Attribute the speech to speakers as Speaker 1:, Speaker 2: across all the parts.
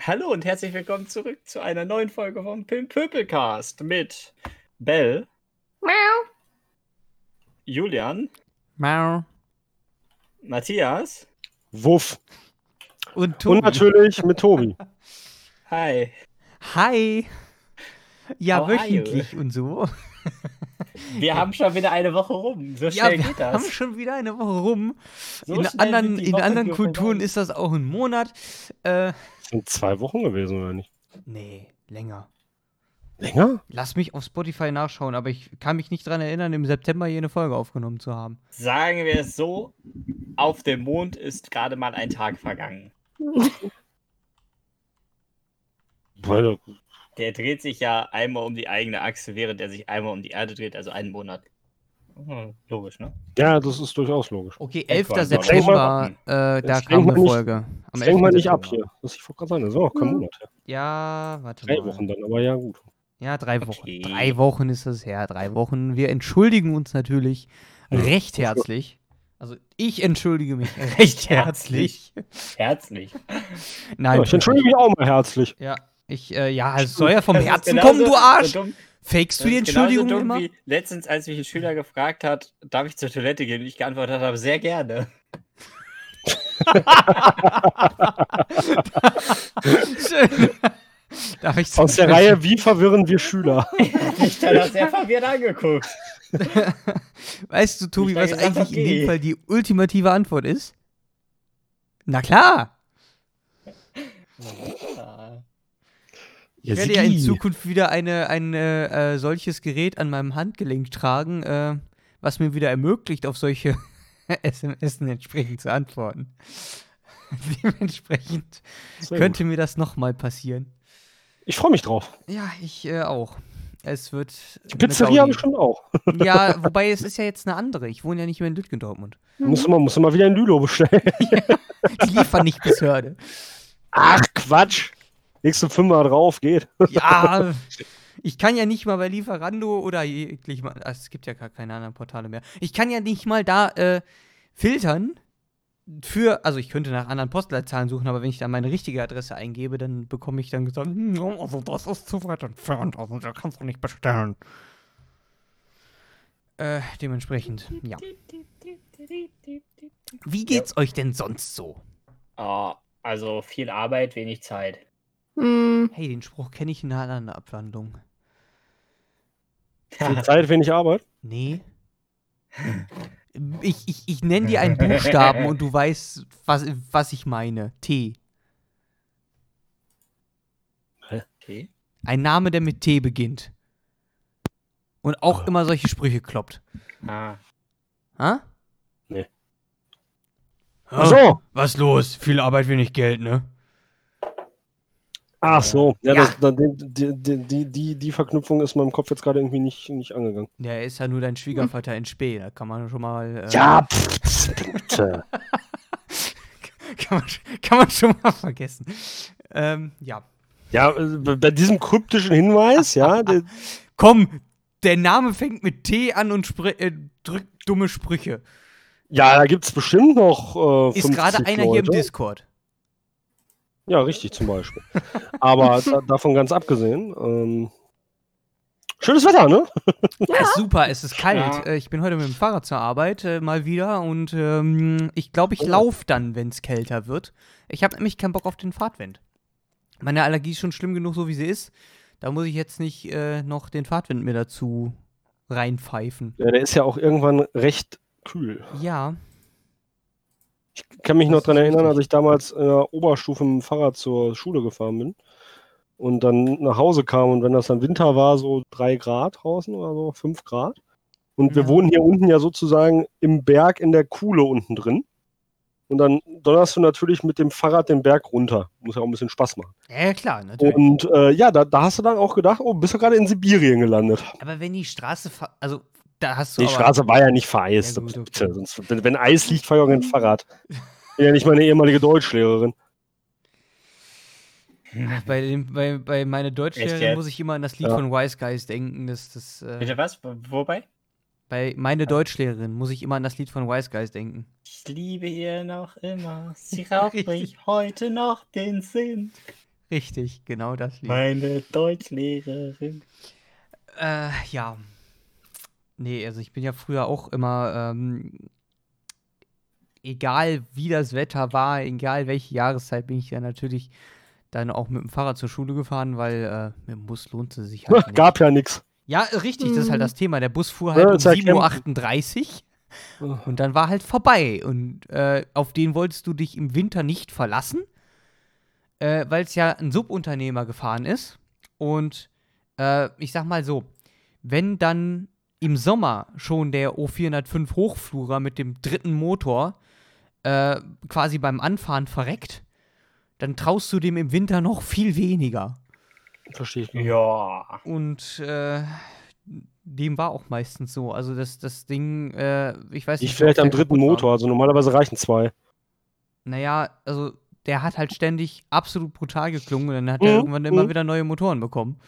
Speaker 1: Hallo und herzlich willkommen zurück zu einer neuen Folge vom Pöpelcast mit Bell,
Speaker 2: Miau.
Speaker 1: Julian,
Speaker 3: Mau.
Speaker 1: Matthias.
Speaker 4: Wuff.
Speaker 3: Und
Speaker 4: Und
Speaker 3: Tobi.
Speaker 4: natürlich mit Tobi.
Speaker 1: Hi.
Speaker 3: Hi. Ja,
Speaker 1: How are you?
Speaker 3: wöchentlich und so.
Speaker 1: Wir haben schon wieder eine Woche rum. So
Speaker 3: Ja,
Speaker 1: schnell
Speaker 3: wir
Speaker 1: geht
Speaker 3: haben
Speaker 1: das.
Speaker 3: schon wieder eine Woche rum.
Speaker 1: So
Speaker 3: in
Speaker 1: schnell
Speaker 3: anderen,
Speaker 1: sind die
Speaker 3: in
Speaker 1: Wochen
Speaker 3: anderen
Speaker 1: hier
Speaker 3: Kulturen
Speaker 1: vorbei.
Speaker 3: ist das auch ein Monat. Äh,
Speaker 4: Sind zwei Wochen gewesen, oder nicht?
Speaker 3: nee, länger.
Speaker 4: Länger?
Speaker 3: Lass mich auf Spotify nachschauen, aber ich kann mich nicht daran erinnern, im September hier eine Folge aufgenommen zu haben.
Speaker 1: Sagen wir es so: Auf dem Mond ist gerade mal ein Tag vergangen.
Speaker 4: Weil,
Speaker 1: Der dreht sich ja einmal um die eigene Achse, während er sich einmal um die Erde dreht, also einen Monat. Hm, Logisch, ne?
Speaker 4: ja, das ist durchaus logisch.
Speaker 3: Okay,
Speaker 1: Ey,
Speaker 3: 11.
Speaker 1: Quatsch,
Speaker 3: September,
Speaker 1: Quatsch.
Speaker 3: äh, da
Speaker 4: Jetzt
Speaker 3: kam
Speaker 4: denk mal
Speaker 3: eine
Speaker 4: nicht-
Speaker 3: Folge. Am
Speaker 4: Das hängt mal
Speaker 3: 11.
Speaker 4: nicht ab
Speaker 3: September.
Speaker 4: hier. Das ich wollte gerade sagen, das war auch kein
Speaker 2: Mhm.
Speaker 4: Monat her.
Speaker 3: Ja, warte
Speaker 4: Drei
Speaker 3: mal.
Speaker 4: Wochen dann, aber ja, gut.
Speaker 3: Ja, drei Wochen.
Speaker 1: Okay.
Speaker 3: Drei Wochen ist das her. Drei Wochen. Wir entschuldigen uns natürlich
Speaker 4: Ja.
Speaker 3: recht herzlich. Also ich entschuldige mich recht herzlich.
Speaker 1: Herzlich.
Speaker 3: Nein,
Speaker 4: ja, ich entschuldige mich auch mal herzlich.
Speaker 3: Ja, ich, äh, ja, es soll ja vom
Speaker 1: Das ist
Speaker 3: Herzen
Speaker 1: genauso-
Speaker 3: kommen, du Arsch.
Speaker 1: So dumm,
Speaker 3: Fakest du die
Speaker 1: Das ist genauso
Speaker 3: Entschuldigung
Speaker 1: dumm
Speaker 3: immer?
Speaker 1: Wie letztens, als mich ein Schüler gefragt hat, darf ich zur Toilette gehen? Und ich geantwortet habe, sehr gerne.
Speaker 3: Schön. Darf ich
Speaker 4: Aus der Reihe, wie verwirren wir Schüler?
Speaker 1: Ich habe das sehr verwirrt angeguckt.
Speaker 3: Weißt du, Tobi,
Speaker 1: Ich hab
Speaker 3: was
Speaker 1: gesagt,
Speaker 3: eigentlich in
Speaker 1: okay.
Speaker 3: dem Fall die ultimative Antwort ist? Na klar.
Speaker 1: Ah,
Speaker 3: Ich werde ja in Zukunft wieder eine, ein äh, äh, solches Gerät an meinem Handgelenk tragen, äh, was mir wieder ermöglicht, auf solche SMS entsprechend zu antworten. Dementsprechend
Speaker 4: Sehr gut.
Speaker 3: könnte mir das nochmal passieren.
Speaker 4: Ich freue mich drauf.
Speaker 3: Ja, ich äh, auch. Es wird.
Speaker 4: Die Pizzeria habe
Speaker 3: habe
Speaker 4: ich schon auch.
Speaker 3: Ja, wobei es ist ja jetzt eine andere. Ich wohne ja nicht mehr in Lütgendortmund.
Speaker 4: Muss immer, muss immer wieder in Lülo bestellen.
Speaker 3: Die liefern nicht bis Hörde.
Speaker 4: Ach, Quatsch. Nächste Fünfer drauf, geht.
Speaker 3: Ja, ich kann ja nicht mal bei Lieferando oder jeglich mal. ah, Es gibt ja gar keine anderen Portale mehr. Ich kann ja nicht mal da äh, filtern. Für, also ich könnte nach anderen Postleitzahlen suchen, aber wenn ich da meine richtige Adresse eingebe, dann bekomme ich dann gesagt, "Hm, also das ist zu weit entfernt, also da kannst du nicht bestellen. Äh, dementsprechend, ja. Wie geht's euch denn sonst so?
Speaker 1: Ah, also viel Arbeit, wenig Zeit.
Speaker 2: Hm.
Speaker 3: Hey, den Spruch kenne ich in einer anderen Abwandlung. Ah.
Speaker 4: Viel Zeit, wenig Arbeit.
Speaker 3: Nee. Ich, ich, ich nenne dir einen Buchstaben und du weißt, was, was ich meine. T.
Speaker 1: Okay.
Speaker 3: Ein Name, der mit T beginnt. Und auch immer solche Sprüche kloppt.
Speaker 1: Ah,
Speaker 3: Ha?
Speaker 4: Nee.
Speaker 3: Ach Ah.
Speaker 4: Ach so.
Speaker 3: Was los? Viel Arbeit, wenig Geld, ne?
Speaker 4: Ach so. Ja,
Speaker 3: Ja.
Speaker 4: Das, dann- die, die, die, die, die Verknüpfung ist meinem Kopf jetzt gerade irgendwie nicht, nicht angegangen.
Speaker 3: Ja, er ist ja nur dein Schwiegervater in Spee. Da kann man schon mal. Äh,
Speaker 4: pff, bitte.
Speaker 3: Kann man, sch- kann man schon mal vergessen. Ähm, ja.
Speaker 4: Ja, äh, bei bei diesem kryptischen Hinweis, ja, der,
Speaker 3: Komm, der Name fängt mit T an und sprü- äh, drückt dumme Sprüche.
Speaker 4: ja, da gibt es bestimmt noch. Äh,
Speaker 3: Ist gerade
Speaker 4: 50
Speaker 3: einer hier im
Speaker 4: Leute.
Speaker 3: Discord.
Speaker 4: Ja, richtig, zum Beispiel. Aber da, davon ganz abgesehen. Ähm, schönes Wetter, ne?
Speaker 3: Ja. Ist super, es ist kalt.
Speaker 1: Ja.
Speaker 3: Äh, Ich bin heute mit dem Fahrrad zur Arbeit äh, mal wieder und ähm, ich glaube, ich
Speaker 4: Oh.
Speaker 3: laufe dann, wenn es kälter wird. Ich habe nämlich keinen Bock auf den Fahrtwind. Meine Allergie ist schon schlimm genug, so wie sie ist. Da muss ich jetzt nicht äh, noch den Fahrtwind mir dazu reinpfeifen.
Speaker 4: Ja, der ist ja auch irgendwann recht kühl.
Speaker 3: Ja,
Speaker 4: Ich kann mich noch
Speaker 3: Das
Speaker 4: daran
Speaker 3: ist
Speaker 4: erinnern,
Speaker 3: richtig.
Speaker 4: als ich damals in der Oberstufe mit dem Fahrrad zur Schule gefahren bin und dann nach Hause kam und wenn das dann Winter war, so drei Grad draußen oder so, fünf Grad. Und wir
Speaker 3: Ja.
Speaker 4: wohnen hier unten ja sozusagen im Berg in der Kuhle unten drin. Und dann donnerst du natürlich mit dem Fahrrad den Berg runter. Muss ja auch ein bisschen Spaß machen.
Speaker 3: ja klar, natürlich.
Speaker 4: Und äh, ja, da, da hast du dann auch gedacht, oh, bist du gerade in Sibirien gelandet.
Speaker 3: Aber wenn die Straße, ver- also da hast du
Speaker 4: Die
Speaker 3: aber
Speaker 4: Straße war ja nicht vereist.
Speaker 3: Ja, gut, okay.
Speaker 4: bitte. Sonst, wenn, wenn Eis liegt, fahr ich auch in ein Fahrrad. Bin ja nicht meine ehemalige Deutschlehrerin.
Speaker 3: Bei, dem, bei, bei meiner
Speaker 1: Echt
Speaker 3: Deutschlehrerin
Speaker 1: jetzt?
Speaker 3: muss ich immer an das Lied
Speaker 4: Ja.
Speaker 3: von Wise Guys denken. Das, das, äh,
Speaker 1: bitte was? Wo- Wobei?
Speaker 3: bei meine Deutschlehrerin muss ich immer an das Lied von Wise Guys denken.
Speaker 1: Ich liebe ihr noch immer. Sie raubt
Speaker 3: Richtig.
Speaker 1: mich heute noch den Sinn.
Speaker 3: Richtig, genau das Lied.
Speaker 1: Meine Deutschlehrerin.
Speaker 3: Äh, ja. Nee, also ich bin ja früher auch immer, ähm, egal wie das Wetter war, egal welche Jahreszeit, bin ich ja natürlich dann auch mit dem Fahrrad zur Schule gefahren, weil äh, mit dem Bus lohnte sich halt nicht.
Speaker 4: Gab ja nichts.
Speaker 3: Ja, richtig, das ist halt das Thema. Der Bus fuhr halt
Speaker 4: Hm. Ja,
Speaker 3: um
Speaker 4: ist ja
Speaker 3: 7.38 Uhr und dann war halt vorbei. Und äh, auf den wolltest du dich im Winter nicht verlassen, äh, weil es ja ein Subunternehmer gefahren ist. Und äh, ich sag mal so, wenn dann im Sommer schon der O405 Hochflurer mit dem dritten Motor äh, quasi beim Anfahren verreckt, dann traust du dem im Winter noch viel weniger.
Speaker 4: Verstehe ich nicht.
Speaker 1: Ja.
Speaker 3: Und äh, dem war auch meistens so. Also das, das Ding, äh, ich weiß wie
Speaker 4: Ich
Speaker 3: oft
Speaker 4: vielleicht am
Speaker 3: der
Speaker 4: dritten
Speaker 3: kaputt war.
Speaker 4: Motor, also normalerweise reichen zwei.
Speaker 3: Naja, also der hat halt ständig absolut brutal geklungen und dann hat er
Speaker 4: Mhm,
Speaker 3: irgendwann immer
Speaker 4: mhm.
Speaker 3: wieder neue Motoren bekommen.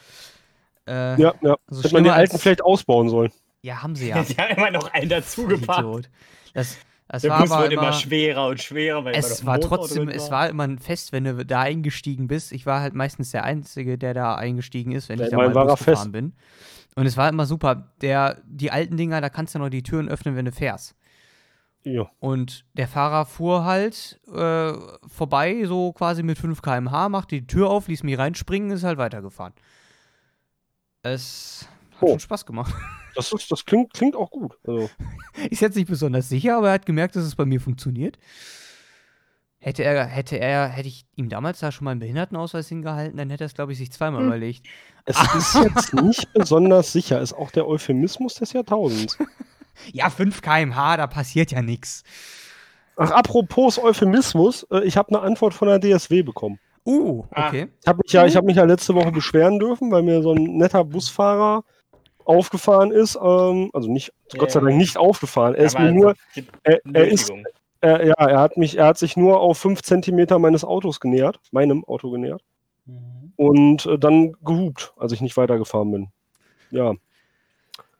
Speaker 3: Äh,
Speaker 4: Ja, ja.
Speaker 3: also
Speaker 4: Hätte man die
Speaker 3: schlimmer
Speaker 4: alten
Speaker 3: als-
Speaker 4: vielleicht ausbauen sollen.
Speaker 3: Ja, haben sie
Speaker 1: ja.
Speaker 3: ja.
Speaker 1: Die haben immer noch einen dazugepackt.
Speaker 3: Idiot. Das, das
Speaker 1: Der
Speaker 3: war
Speaker 1: Bus
Speaker 3: aber
Speaker 1: wurde immer
Speaker 3: immer
Speaker 1: schwerer und schwerer, weil immer noch
Speaker 3: es
Speaker 1: ein
Speaker 3: war
Speaker 1: Motor
Speaker 3: trotzdem,
Speaker 1: drin
Speaker 3: es war immer ein Fest, wenn du da eingestiegen bist. Ich war halt meistens der Einzige, der da eingestiegen ist, wenn
Speaker 4: Ja,
Speaker 3: ich
Speaker 4: ich
Speaker 3: da
Speaker 4: meine,
Speaker 3: mal
Speaker 4: war
Speaker 3: Bus
Speaker 4: er
Speaker 3: gefahren
Speaker 4: fest.
Speaker 3: bin. Und es war immer super. Der, die alten Dinger, da kannst du noch die Türen öffnen, wenn du fährst.
Speaker 4: Ja.
Speaker 3: Und der Fahrer fuhr halt äh, vorbei, so quasi mit 5 km/h, machte die Tür auf, ließ mich reinspringen, ist halt weitergefahren. Es hat
Speaker 4: Oh.
Speaker 3: schon Spaß gemacht.
Speaker 4: Das, ist, das klingt, klingt auch gut. Also,
Speaker 3: Ist jetzt nicht besonders sicher, aber er hat gemerkt, dass es bei mir funktioniert. Hätte er, hätte er, hätte ich ihm damals da schon mal einen Behindertenausweis hingehalten, dann hätte er es, glaube ich, sich zweimal
Speaker 4: Hm.
Speaker 3: überlegt.
Speaker 4: es ist jetzt nicht besonders sicher, ist auch der Euphemismus des Jahrtausends.
Speaker 3: Ja, 5 km/h, da passiert ja nichts.
Speaker 4: Ach, apropos Euphemismus, äh, ich habe eine Antwort von der DSW bekommen.
Speaker 3: Uh,
Speaker 1: Ah.
Speaker 3: okay.
Speaker 4: Ich habe mich, ja, ich hab mich ja letzte Woche beschweren dürfen, weil mir so ein netter Busfahrer aufgefahren ist. Ähm, also nicht, Gott sei
Speaker 1: Ja.
Speaker 4: Dank nicht aufgefahren. Er ist
Speaker 1: Aber also,
Speaker 4: mir nur, er, er ist
Speaker 1: Nötigung.
Speaker 4: Er, ja, er hat mich, er hat sich nur auf fünf Zentimeter meines Autos genähert, meinem Auto genähert,
Speaker 1: Mhm.
Speaker 4: und äh, dann gehupt, als ich nicht weitergefahren bin. Ja.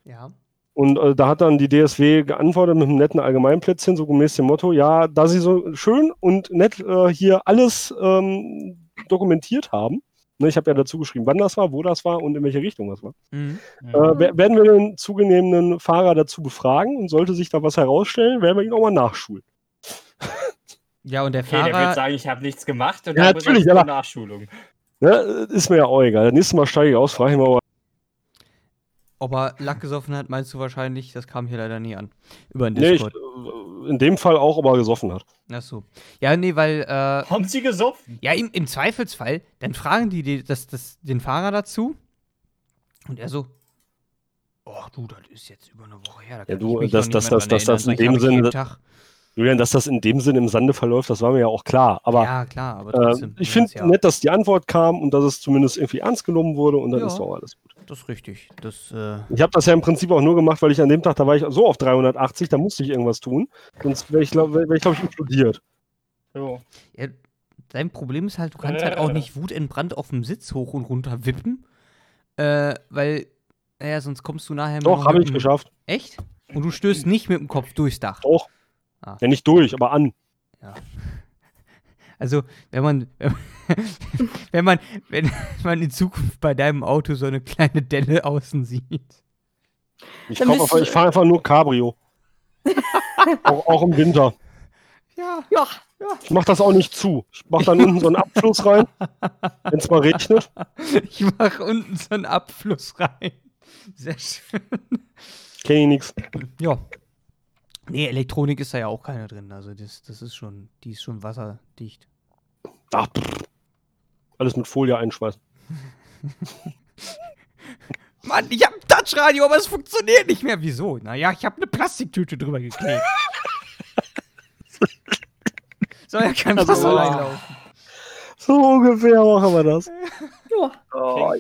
Speaker 3: Ja.
Speaker 4: Und äh, da hat dann die DSW geantwortet mit einem netten Allgemeinplätzchen, so gemäß dem Motto, ja, da sie so schön und nett äh, hier alles ähm, dokumentiert haben, ne, ich habe ja dazu geschrieben, wann das war, wo das war und in welche Richtung das war,
Speaker 3: Mhm.
Speaker 4: äh, wer- werden wir den zugenehmenen Fahrer dazu befragen und sollte sich da was herausstellen, werden wir ihn auch mal nachschulen.
Speaker 3: Ja, und der
Speaker 1: Okay, der
Speaker 3: Fahrer.
Speaker 1: wird sagen, ich habe nichts gemacht und
Speaker 4: Ja,
Speaker 1: dann muss er
Speaker 4: natürlich,
Speaker 1: zur
Speaker 4: aber-
Speaker 1: Nachschulung.
Speaker 4: Ne, ist mir ja auch egal. Nächstes Mal steige ich aus, frage ich mal, ob er
Speaker 3: Ob er Lack gesoffen hat, meinst du wahrscheinlich? Das kam hier leider nie an. Über den
Speaker 4: Nee, ich,
Speaker 3: Discord.
Speaker 4: äh, in dem Fall auch, ob er gesoffen hat.
Speaker 3: Ach so. Ja, nee, weil, äh,
Speaker 1: Haben sie gesoffen?
Speaker 3: ja, im, im Zweifelsfall, dann fragen die, die das, das, den Fahrer dazu. Und er so, ach du, das ist jetzt über eine Woche her. Da kann
Speaker 4: du,
Speaker 3: ich mich
Speaker 4: das-
Speaker 3: noch
Speaker 4: das-
Speaker 3: nicht
Speaker 4: das-
Speaker 3: mehr dran
Speaker 4: das- das
Speaker 3: erinnern,
Speaker 4: in dem
Speaker 3: weil ich hab jeden
Speaker 4: Sinne-
Speaker 3: Tag,
Speaker 4: Julian, dass das in dem Sinn im Sande verläuft, das war mir ja auch klar. Aber
Speaker 3: ja, klar, aber
Speaker 4: äh,
Speaker 3: trotzdem.
Speaker 4: ich
Speaker 3: das
Speaker 4: finde
Speaker 3: ist ja,
Speaker 4: nett, dass die Antwort kam und dass es zumindest irgendwie ernst genommen wurde und dann
Speaker 3: Ja.
Speaker 4: ist doch alles gut.
Speaker 3: Das ist richtig. Das, äh,
Speaker 4: Ich habe das ja im Prinzip auch nur gemacht, weil ich an dem Tag, da war ich so auf 380, da musste ich irgendwas tun. Sonst wäre ich, glaube wär, wär ich, glaub ich, implodiert.
Speaker 1: So.
Speaker 3: ja, dein Problem ist halt, du kannst halt auch nicht wutentbrannt auf dem Sitz hoch und runter wippen. Äh, weil, naja, sonst kommst du nachher
Speaker 4: Doch,
Speaker 3: hab
Speaker 4: habe ich geschafft.
Speaker 3: Echt? Und du stößt nicht mit dem Kopf durchs Dach.
Speaker 4: Doch.
Speaker 3: Ah.
Speaker 4: Ja, nicht durch, aber an.
Speaker 3: Also, wenn man, wenn man- wenn man, wenn man in Zukunft bei deinem Auto so eine kleine Delle außen sieht.
Speaker 4: Ich,
Speaker 2: Dann
Speaker 4: kauf
Speaker 2: bist
Speaker 4: einfach-
Speaker 2: du-
Speaker 4: ich fahre einfach nur Cabrio. auch, auch im Winter.
Speaker 3: Ja.
Speaker 2: Ja.
Speaker 4: Ich mache das auch nicht zu. Ich mache dann unten so einen Abfluss rein, wenn es mal regnet.
Speaker 3: Ich mache unten so einen Abfluss rein. Sehr schön.
Speaker 4: Kenne ich nichts.
Speaker 3: Ja. Nee, Elektronik ist da ja auch keine drin. Also das, das ist schon, die ist schon wasserdicht.
Speaker 4: Ach, Ah, pff. Alles mit Folie einschmeißen.
Speaker 3: Mann, ich hab ein Touchradio, aber es funktioniert nicht mehr. Wieso? Naja, ich hab eine Plastiktüte drüber geklebt. Soll ja kein
Speaker 4: Also,
Speaker 3: Wasser
Speaker 4: oh.
Speaker 3: reinlaufen.
Speaker 4: So ungefähr machen wir das.
Speaker 2: Ja.
Speaker 1: Oh,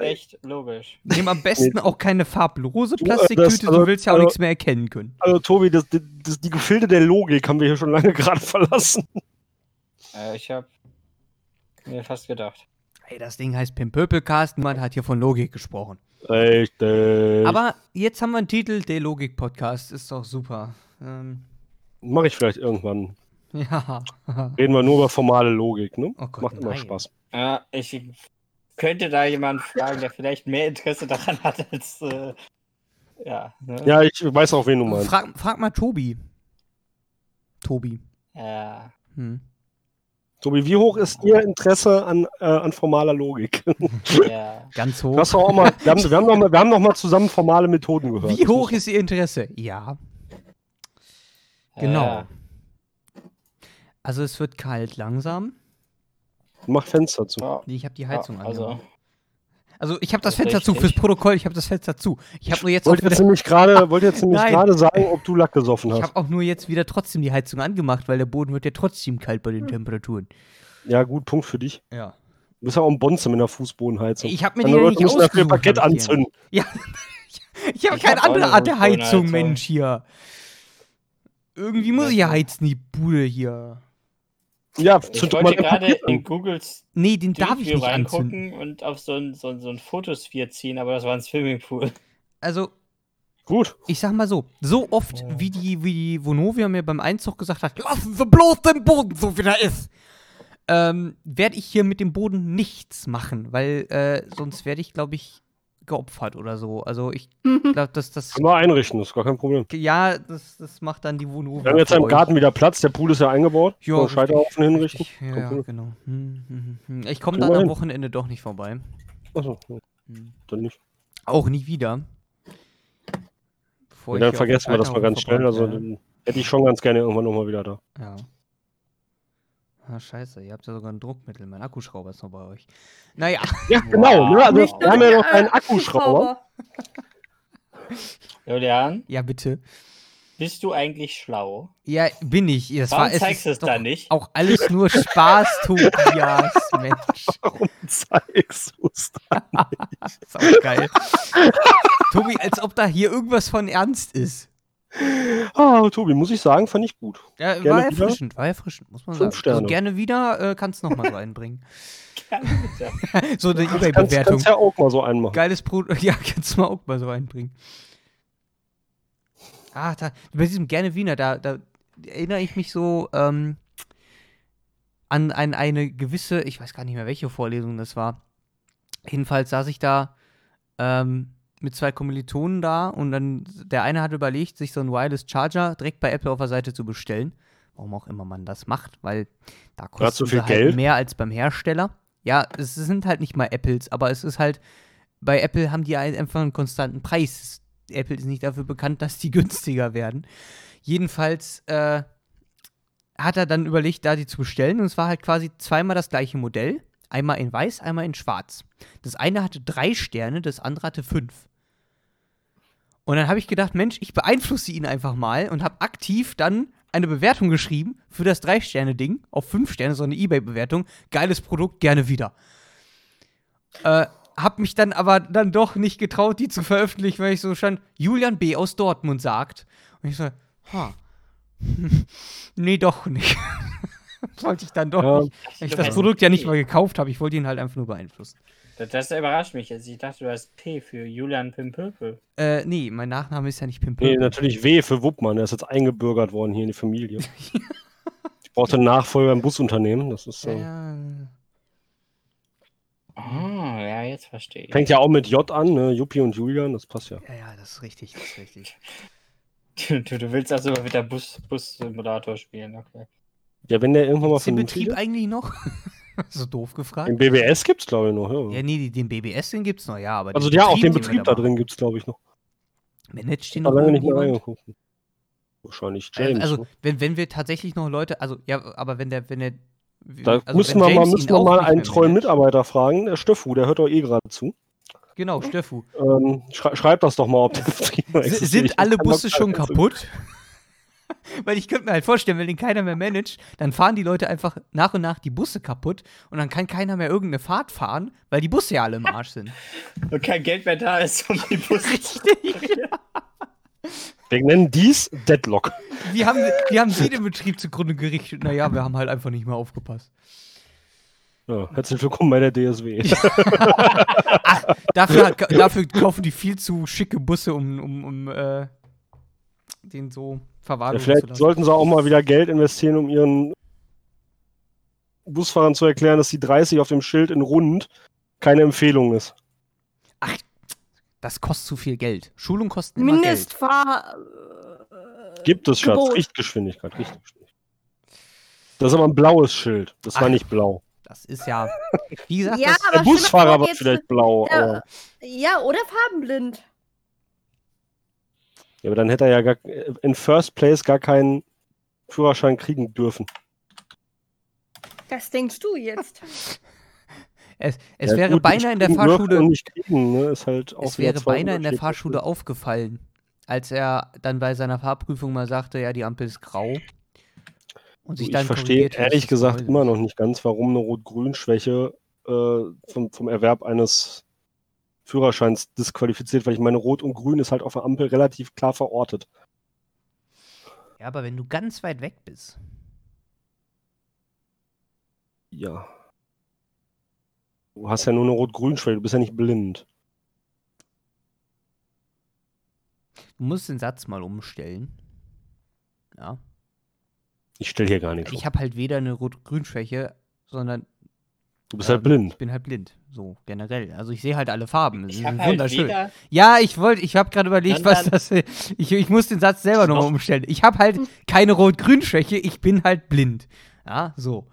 Speaker 1: Echt logisch.
Speaker 3: Nimm am besten auch keine farblose
Speaker 4: äh, das-
Speaker 3: Plastiktüte,
Speaker 4: also-
Speaker 3: du willst ja auch
Speaker 4: also-
Speaker 3: nichts mehr erkennen können.
Speaker 4: Also Tobi, das, das, die Gefilde der Logik haben wir hier schon lange gerade verlassen.
Speaker 1: Äh, ich habe mir fast gedacht.
Speaker 3: Ey, das Ding heißt Pimpöpelcast, niemand hat hier von Logik gesprochen.
Speaker 4: Richtig. Aber
Speaker 3: Aber jetzt haben wir einen Titel, der Logik-Podcast, ist doch super. Ähm,
Speaker 4: Mache ich vielleicht irgendwann.
Speaker 3: ja.
Speaker 4: Reden wir nur über formale Logik, ne?
Speaker 3: Oh Gott,
Speaker 4: Macht immer
Speaker 3: nein.
Speaker 4: Spaß.
Speaker 1: Ja, ich könnte da jemanden fragen, der vielleicht mehr Interesse daran hat als. Äh, ja, ne?
Speaker 4: Ja, ich weiß auch, wen du meinst.
Speaker 3: Frag, frag mal Tobi. Tobi.
Speaker 1: ja.
Speaker 3: Hm.
Speaker 4: Tobi, wie hoch ist Ihr Interesse an, äh, an formaler Logik?
Speaker 1: ja.
Speaker 3: Ganz
Speaker 4: Du
Speaker 3: hoch.
Speaker 4: hast doch auch mal, wir, haben, wir, haben doch mal, wir haben doch mal zusammen formale Methoden gehört.
Speaker 3: Wie hoch ist Ihr Interesse? Ja. Genau.
Speaker 1: Ja.
Speaker 3: Also es wird kalt langsam.
Speaker 4: Mach Fenster zu.
Speaker 1: Ja,
Speaker 3: Nee, ich habe die Heizung an.
Speaker 1: also,
Speaker 3: also ich habe
Speaker 1: Das
Speaker 3: das
Speaker 1: ist
Speaker 3: Fenster zu. Fürs
Speaker 1: richtig.
Speaker 3: Protokoll, ich habe das Fenster zu. Ich habe nur jetzt, auch
Speaker 4: Wollte jetzt
Speaker 3: wieder,
Speaker 4: nämlich gerade wollte jetzt nämlich
Speaker 3: Nein.
Speaker 4: gerade sagen, ob du Lack gesoffen
Speaker 3: ich
Speaker 4: hast.
Speaker 3: hab auch nur jetzt wieder trotzdem die Heizung angemacht, weil der Boden wird ja trotzdem kalt bei den Temperaturen.
Speaker 4: Ja, gut, Punkt für dich.
Speaker 3: Ja.
Speaker 4: Du bist ja auch ein Bonze mit einer Fußbodenheizung.
Speaker 3: Ich habe mir die
Speaker 4: Andere
Speaker 3: ja nicht
Speaker 4: Leute müssen dafür
Speaker 3: ausgesucht.
Speaker 4: Parkett
Speaker 3: hab ich hier.
Speaker 4: anzünden.
Speaker 3: Ich habe
Speaker 1: Ich hab
Speaker 3: keine
Speaker 1: auch
Speaker 3: andere
Speaker 1: eine
Speaker 3: Art der
Speaker 1: Fußbodenheizung.
Speaker 3: Heizung, Mensch, hier. Irgendwie muss ich ja heizen, die Bude hier.
Speaker 4: Ja,
Speaker 1: ich
Speaker 4: zünd doch mal
Speaker 1: wollte
Speaker 4: dein
Speaker 1: gerade
Speaker 4: Parkett an.
Speaker 1: in Googles
Speaker 3: Nee, den darf ich
Speaker 1: Street View
Speaker 3: nicht anzünden.
Speaker 1: reingucken und auf so ein, so, ein, so ein Fotosphere ziehen, aber das war ein Swimmingpool.
Speaker 3: Also,
Speaker 4: Gut.
Speaker 3: ich sag mal so, so oft,
Speaker 1: Oh.
Speaker 3: wie die, wie die Vonovia mir beim Einzug gesagt hat, lassen Sie bloß den Boden so, wie er ist, ähm, werde ich hier mit dem Boden nichts machen, weil äh, sonst werde ich, glaube ich, geopfert oder so. Also, ich glaube, dass das,
Speaker 4: Können wir einrichten, ist gar kein Problem.
Speaker 3: ja, das, das macht dann die Vonovia.
Speaker 4: Wir haben jetzt
Speaker 3: für
Speaker 4: im
Speaker 3: euch.
Speaker 4: Garten wieder Platz, der Pool ist ja eingebaut.
Speaker 3: Ja,
Speaker 4: Können wir Scheiterhaufen hinrichten.
Speaker 3: Richtig,
Speaker 4: Kein
Speaker 3: Ja, ja
Speaker 4: Problem.
Speaker 3: genau. Hm, hm, hm, hm. Ich komme
Speaker 4: Kriegen
Speaker 3: dann
Speaker 4: wir
Speaker 3: am
Speaker 4: hin.
Speaker 3: Wochenende doch nicht vorbei.
Speaker 4: Achso, ja,
Speaker 3: Hm.
Speaker 4: dann nicht.
Speaker 3: Auch nie wieder. Bevor
Speaker 4: Und
Speaker 3: ich
Speaker 4: dann
Speaker 3: hier auf
Speaker 4: vergessen wir
Speaker 3: den
Speaker 4: das mal ganz schnell.
Speaker 3: Scheiterhaufen
Speaker 4: Also
Speaker 3: verbrannt
Speaker 4: dann hätte ich schon ganz gerne irgendwann nochmal wieder da.
Speaker 3: werde. Ja. Ah, scheiße, ihr habt ja sogar ein Druckmittel. Mein Akkuschrauber ist noch bei euch. Naja,
Speaker 4: Ja,
Speaker 1: genau, ne, also
Speaker 2: Nicht,
Speaker 4: wir
Speaker 2: dass
Speaker 4: haben ja
Speaker 2: ihr,
Speaker 4: noch einen
Speaker 2: äh,
Speaker 4: Akkuschrauber.
Speaker 1: Julian,
Speaker 3: ja, bitte.
Speaker 1: bist du eigentlich schlau?
Speaker 3: Ja, bin ich. Das
Speaker 1: Warum
Speaker 3: war, es
Speaker 1: zeigst
Speaker 3: ist
Speaker 1: du es
Speaker 3: doch
Speaker 1: dann nicht?
Speaker 3: Auch alles nur Spaß, Tobias, Mensch.
Speaker 4: Warum zeigst du es da?
Speaker 3: Ist auch geil. Tobi, als ob da hier irgendwas von ernst ist.
Speaker 4: Ah, Tobi, muss ich sagen, fand ich gut.
Speaker 3: Ja,
Speaker 4: Gerne
Speaker 3: war
Speaker 4: wieder.
Speaker 3: erfrischend, war erfrischend, muss man
Speaker 4: Fünf
Speaker 3: sagen. Also
Speaker 4: Sterne.
Speaker 3: gerne wieder, äh, kannst nochmal so einbringen.
Speaker 1: bitte.
Speaker 3: so eine
Speaker 4: Kannst,
Speaker 3: Ebay-Bewertung.
Speaker 4: kannst ja auch mal so einen machen.
Speaker 3: Geiles Produkt, ja, kannst du mal auch mal so einbringen. Ah, da, bei diesem gerne Wiener, da, da erinnere ich mich so ähm, an, an eine gewisse, ich weiß gar nicht mehr, welche Vorlesung das war. Jedenfalls saß ich da ähm, mit zwei Kommilitonen da und dann der eine hat überlegt, sich so einen Wireless Charger direkt bei Apple auf der Seite zu bestellen. Warum auch immer man das macht, weil da kostet
Speaker 4: so viel
Speaker 3: halt
Speaker 4: Geld?
Speaker 3: mehr als beim Hersteller. Ja, es sind halt nicht mal Apples, aber es ist halt, bei Apple haben die ein- einfach einen konstanten Preis. Apple ist nicht dafür bekannt, dass die günstiger werden. Jedenfalls äh, hat er dann überlegt, da die zu bestellen und es war halt quasi zweimal das gleiche Modell. Einmal in weiß, einmal in schwarz. Das eine hatte drei Sterne, das andere hatte fünf. Und dann habe ich gedacht, Mensch, ich beeinflusse ihn einfach mal und habe aktiv dann eine Bewertung geschrieben für das Drei-Sterne-Ding auf fünf Sterne, so eine Ebay-Bewertung. Geiles Produkt, gerne wieder. Äh, hab mich dann aber dann doch nicht getraut, die zu veröffentlichen, weil ich so stand, Julian B. aus Dortmund sagt. Und ich so, ha, nee, doch nicht. wollte ich dann doch
Speaker 4: Ja.
Speaker 3: nicht. Weil ich das Produkt ja nicht mal gekauft habe, ich wollte ihn halt einfach nur beeinflussen.
Speaker 1: Das, das überrascht mich jetzt. Ich dachte, du hast P für Julian Pimpöpel.
Speaker 3: Äh, nee, mein Nachname ist ja nicht Pimpel.
Speaker 4: Nee, natürlich W für Wuppmann. Der ist jetzt eingebürgert worden hier in die Familie. ich brauchte einen Nachfolger im Busunternehmen. Das ist, äh,
Speaker 3: Ja,
Speaker 1: Ah, ja, jetzt verstehe ich.
Speaker 4: fängt ja auch mit J an, ne? Juppie und Julian, das passt ja.
Speaker 3: ja, ja, das ist richtig, das ist richtig.
Speaker 1: Du, du du willst also mit der Bus- Bus-Simulator spielen, okay.
Speaker 4: Ja, wenn der irgendwann mal
Speaker 3: Ist den
Speaker 4: von
Speaker 3: Betrieb eigentlich noch? so doof gefragt.
Speaker 4: im BBS gibt es, glaube ich, noch. Ja.
Speaker 3: Ja, nee, die- den BBS, den gibt's noch, ja, aber
Speaker 4: also ja, auch den Betrieb
Speaker 3: wir
Speaker 4: da
Speaker 3: machen.
Speaker 4: drin gibt es, glaube ich, noch.
Speaker 3: Managt den
Speaker 4: Da
Speaker 3: noch
Speaker 4: lange nicht mehr
Speaker 3: irgendjemand?
Speaker 4: reingeguckt. Wahrscheinlich James.
Speaker 3: also,
Speaker 4: ne?
Speaker 3: wenn, wenn wir tatsächlich noch Leute, also, ja, aber wenn der, wenn der.
Speaker 4: Da
Speaker 3: also wenn
Speaker 4: müssen wir mal,
Speaker 3: James
Speaker 4: müssen
Speaker 3: ihn ne?
Speaker 4: wir
Speaker 3: auch
Speaker 4: mal
Speaker 3: nicht
Speaker 4: einen
Speaker 3: mehr
Speaker 4: treuen
Speaker 3: managt.
Speaker 4: Mitarbeiter fragen. Der Stöffu, der hört doch eh gerade zu.
Speaker 3: Genau, Steffu.
Speaker 4: Ähm, schrei schreib das doch mal, ob der Betrieb noch
Speaker 3: S-
Speaker 4: existiert. Ich
Speaker 3: Sind alle
Speaker 4: kann doch
Speaker 3: Busse
Speaker 4: gar
Speaker 3: schon
Speaker 4: nicht so-
Speaker 3: kaputt? Weil ich könnte mir halt vorstellen, wenn den keiner mehr managt, dann fahren die Leute einfach nach und nach die Busse kaputt und dann kann keiner mehr irgendeine Fahrt fahren, weil die Busse ja alle im Arsch sind.
Speaker 1: Und kein Geld mehr da ist, um die Bus
Speaker 3: Richtig.
Speaker 4: Wir nennen dies Deadlock.
Speaker 3: Wie haben, wie haben sie den Betrieb zugrunde gerichtet? Naja, wir haben halt einfach nicht mehr aufgepasst.
Speaker 4: Ja, herzlich willkommen bei der DSW.
Speaker 3: Dafür, hat, dafür kaufen die viel zu schicke Busse, um, um, um äh, den so
Speaker 4: Ja,
Speaker 3: verwahren zu
Speaker 4: vielleicht
Speaker 3: lassen.
Speaker 4: sollten sie auch mal wieder Geld investieren, um ihren Busfahrern zu erklären, dass die 30 auf dem Schild in Rund keine Empfehlung ist.
Speaker 3: Ach, das kostet zu viel Geld. Schulung kostet immer Geld.
Speaker 2: Mindestfahr.
Speaker 4: Gibt es, Schatz.
Speaker 2: Gebot.
Speaker 4: Richtgeschwindigkeit, Richtgeschwindigkeit. Das ist aber ein blaues Schild. Das war
Speaker 3: Ach.
Speaker 4: nicht blau.
Speaker 3: Das ist ja. Wie gesagt,
Speaker 2: Ja,
Speaker 3: das,
Speaker 2: aber
Speaker 4: Der
Speaker 2: stell mal
Speaker 4: Busfahrer
Speaker 2: vor,
Speaker 4: war
Speaker 2: jetzt-
Speaker 4: vielleicht blau,
Speaker 2: Ja.
Speaker 4: aber,
Speaker 2: Ja, oder farbenblind.
Speaker 4: ja, aber dann hätte er ja gar, in First Place gar keinen Führerschein kriegen dürfen.
Speaker 2: Das denkst du jetzt.
Speaker 3: es, es
Speaker 4: ja,
Speaker 3: wäre
Speaker 4: gut,
Speaker 3: beinahe in der
Speaker 4: kriegen dürfen
Speaker 3: Fahrschule.
Speaker 4: und Nicht kriegen, ne? ist halt auch
Speaker 3: Es
Speaker 4: wieder
Speaker 3: wäre
Speaker 4: zwei
Speaker 3: beinahe in der
Speaker 4: unterschiedliche-
Speaker 3: Fahrschule aufgefallen, als er dann bei seiner Fahrprüfung mal sagte, ja, die Ampel ist grau. Und sich
Speaker 4: ich
Speaker 3: dann
Speaker 4: verstehe
Speaker 3: korrigiert hat, dass
Speaker 4: ehrlich
Speaker 3: es
Speaker 4: gesagt
Speaker 3: grau ist.
Speaker 4: immer noch nicht ganz, warum eine Rot-Grün-Schwäche äh, vom, vom Erwerb eines Führerscheins disqualifiziert, weil ich meine, Rot und Grün ist halt auf der Ampel relativ klar verortet.
Speaker 3: Ja, aber wenn du ganz weit weg bist.
Speaker 4: Ja. Du hast ja nur eine Rot-Grün-Schwäche, du bist ja nicht blind.
Speaker 3: Du musst den Satz mal umstellen. Ja.
Speaker 4: Ich stelle hier gar nichts.
Speaker 3: Ich
Speaker 4: um.
Speaker 3: habe halt weder eine Rot-Grün-Schwäche, sondern
Speaker 4: Du bist halt
Speaker 3: ähm,
Speaker 4: blind.
Speaker 3: ich bin halt blind. So, generell. Also ich sehe halt alle Farben. Es
Speaker 1: Ich
Speaker 3: ist
Speaker 1: habe halt
Speaker 3: wunderschön.
Speaker 1: weder,
Speaker 3: ja, ich wollte, ich habe gerade überlegt,
Speaker 1: Dann-
Speaker 3: was
Speaker 1: dann-
Speaker 3: das ich, ich muss den Satz selber nochmal
Speaker 1: Noch-
Speaker 3: umstellen. Ich habe halt keine Rot-Grün-Schwäche, ich bin halt blind. Ja, so.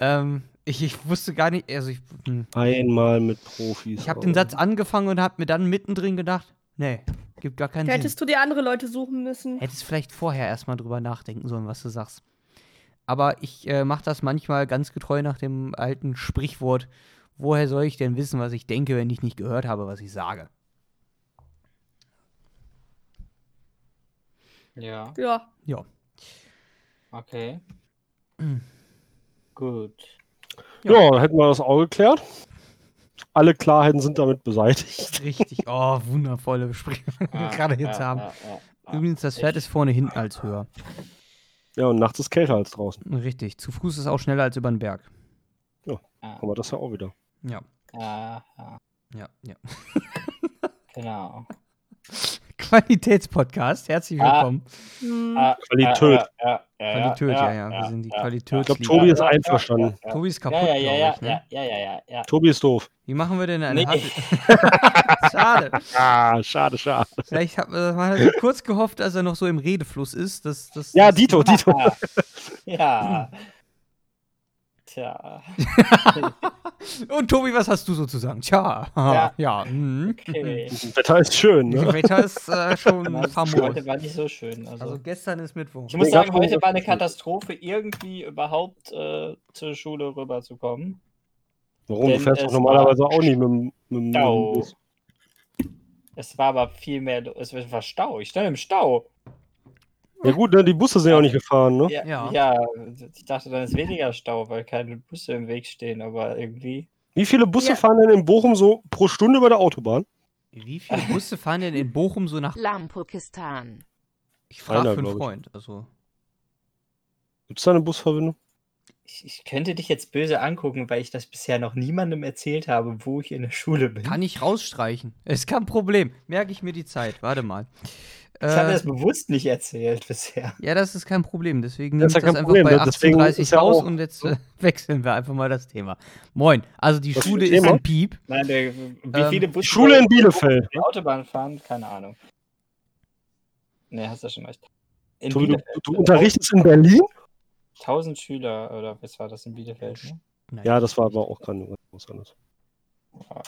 Speaker 3: Ähm, ich, ich wusste gar nicht, also ich, hm.
Speaker 4: Einmal mit Profis.
Speaker 3: ich habe
Speaker 1: Oh.
Speaker 3: den Satz angefangen und habe mir dann mittendrin gedacht, nee, gibt gar keinen
Speaker 2: Da
Speaker 3: Sinn.
Speaker 2: hättest du dir andere Leute suchen müssen.
Speaker 3: Hättest vielleicht vorher erstmal drüber nachdenken sollen, was du sagst. Aber ich äh, mache das manchmal ganz getreu nach dem alten Sprichwort, woher soll ich denn wissen, was ich denke, wenn ich nicht gehört habe, was ich sage?
Speaker 1: ja,
Speaker 2: Ja.
Speaker 3: Ja.
Speaker 1: okay.
Speaker 3: Hm.
Speaker 1: Gut.
Speaker 4: Ja, dann hätten wir das auch geklärt. Alle Klarheiten sind damit beseitigt.
Speaker 3: Richtig, oh, wundervolle Sprichwörter, die wir
Speaker 1: Ah,
Speaker 3: gerade jetzt
Speaker 1: ah,
Speaker 3: haben.
Speaker 1: ah, ah, ah.
Speaker 3: Übrigens, das Pferd ist vorne hinten als höher.
Speaker 4: Ja, und nachts ist kälter als draußen.
Speaker 3: Richtig, zu Fuß ist auch schneller als über den Berg.
Speaker 1: Ah,
Speaker 4: Aber das ja auch wieder.
Speaker 3: Ja,
Speaker 1: ah, ah,
Speaker 3: ja, ja.
Speaker 1: genau.
Speaker 3: Qualitätspodcast, herzlich
Speaker 1: Ah.
Speaker 3: willkommen.
Speaker 2: Hm.
Speaker 1: Ah,
Speaker 4: Qualität.
Speaker 1: Ah, ah, ah, ah,
Speaker 3: Qualität, ja, ja, wir sind die Qualität.
Speaker 4: Ich glaube, Tobi ist
Speaker 1: Ja, ja,
Speaker 4: einverstanden.
Speaker 1: ja,
Speaker 3: Tobi ist
Speaker 1: ja.
Speaker 3: kaputt,
Speaker 1: ja, ja, ja,
Speaker 3: glaube ich. Ne?
Speaker 1: ja, ja, ja, ja,
Speaker 4: Tobi ist doof.
Speaker 3: Wie machen wir denn eine
Speaker 1: Nee.
Speaker 3: Hassel- Schade.
Speaker 4: Ah, schade, schade.
Speaker 3: Vielleicht hat man man hat halt kurz gehofft, dass er noch so im Redefluss ist. Dass, dass,
Speaker 4: Ja,
Speaker 3: dass-
Speaker 1: Ah.
Speaker 4: Dito, Dito.
Speaker 1: ja. ja. Tja,
Speaker 3: Und Tobi, was hast du sozusagen? Tja, ja.
Speaker 1: Ja.
Speaker 3: mhm.
Speaker 1: okay.
Speaker 4: Das Wetter ist schön,
Speaker 3: Das
Speaker 4: ne?
Speaker 3: Wetter ist äh, schon
Speaker 1: Also,
Speaker 3: famos.
Speaker 1: heute war nicht so schön. Also.
Speaker 3: Also gestern ist Mittwoch.
Speaker 1: ich muss
Speaker 4: Nee, gab
Speaker 1: sagen,
Speaker 4: schon
Speaker 1: heute
Speaker 4: was
Speaker 1: war eine
Speaker 4: zu tun.
Speaker 1: Katastrophe, irgendwie überhaupt äh, zur Schule rüberzukommen.
Speaker 4: Warum? Du
Speaker 1: Denn
Speaker 4: fährst doch
Speaker 1: es
Speaker 4: normalerweise auch nicht mit, dem- mit, dem- mit dem
Speaker 1: Stau.
Speaker 4: Bus.
Speaker 1: Es war aber viel mehr, lo- es war Stau. Ich stand im Stau.
Speaker 4: Ja gut, ne? die Busse sind ja auch nicht gefahren, ne?
Speaker 1: Ja,
Speaker 3: Ja.
Speaker 1: ja. ich dachte, dann ist weniger Stau, weil keine Busse im Weg stehen, aber irgendwie.
Speaker 4: Wie viele Busse
Speaker 2: Ja.
Speaker 4: fahren denn in Bochum so pro Stunde über der Autobahn?
Speaker 3: Wie viele Busse fahren denn in Bochum so nach.
Speaker 5: Lampukistan.
Speaker 3: Ich frage
Speaker 4: Einer,
Speaker 3: für einen
Speaker 4: glaub ich.
Speaker 3: Freund. Also,
Speaker 4: Gibt es da eine Busverbindung?
Speaker 1: Ich, ich könnte dich jetzt böse angucken, weil ich das bisher noch niemandem erzählt habe, wo ich in der Schule bin.
Speaker 3: kann ich rausstreichen. Ist kein Problem. Merke ich mir die Zeit. Warte mal.
Speaker 1: ich habe
Speaker 3: Äh,
Speaker 1: das bewusst nicht erzählt bisher.
Speaker 3: ja, das ist kein Problem. Deswegen nimmt
Speaker 4: Das ist
Speaker 3: das,
Speaker 4: ja kein
Speaker 3: einfach
Speaker 4: Problem.
Speaker 3: bei
Speaker 4: Deswegen
Speaker 3: 18.30
Speaker 4: ist ja
Speaker 3: raus
Speaker 4: auch-
Speaker 3: und jetzt äh, wechseln wir einfach mal das Thema. Moin. Also, die
Speaker 4: Was für
Speaker 3: Schule
Speaker 4: ein
Speaker 3: ist
Speaker 4: Thema?
Speaker 3: ein Piep.
Speaker 1: Nein, der, wie
Speaker 3: Ähm,
Speaker 1: viele Busse
Speaker 4: Schule in Bielefeld.
Speaker 1: die Autobahn fahren, keine Ahnung. Ne, hast du schon recht. In
Speaker 4: Tobi, du,
Speaker 1: Bielefeld,
Speaker 4: du unterrichtest in Berlin?
Speaker 1: 1000 Schüler oder was war das in Bielefeld? Ne?
Speaker 3: Nein.
Speaker 4: Ja, das war aber auch grandios anders.
Speaker 1: Wow.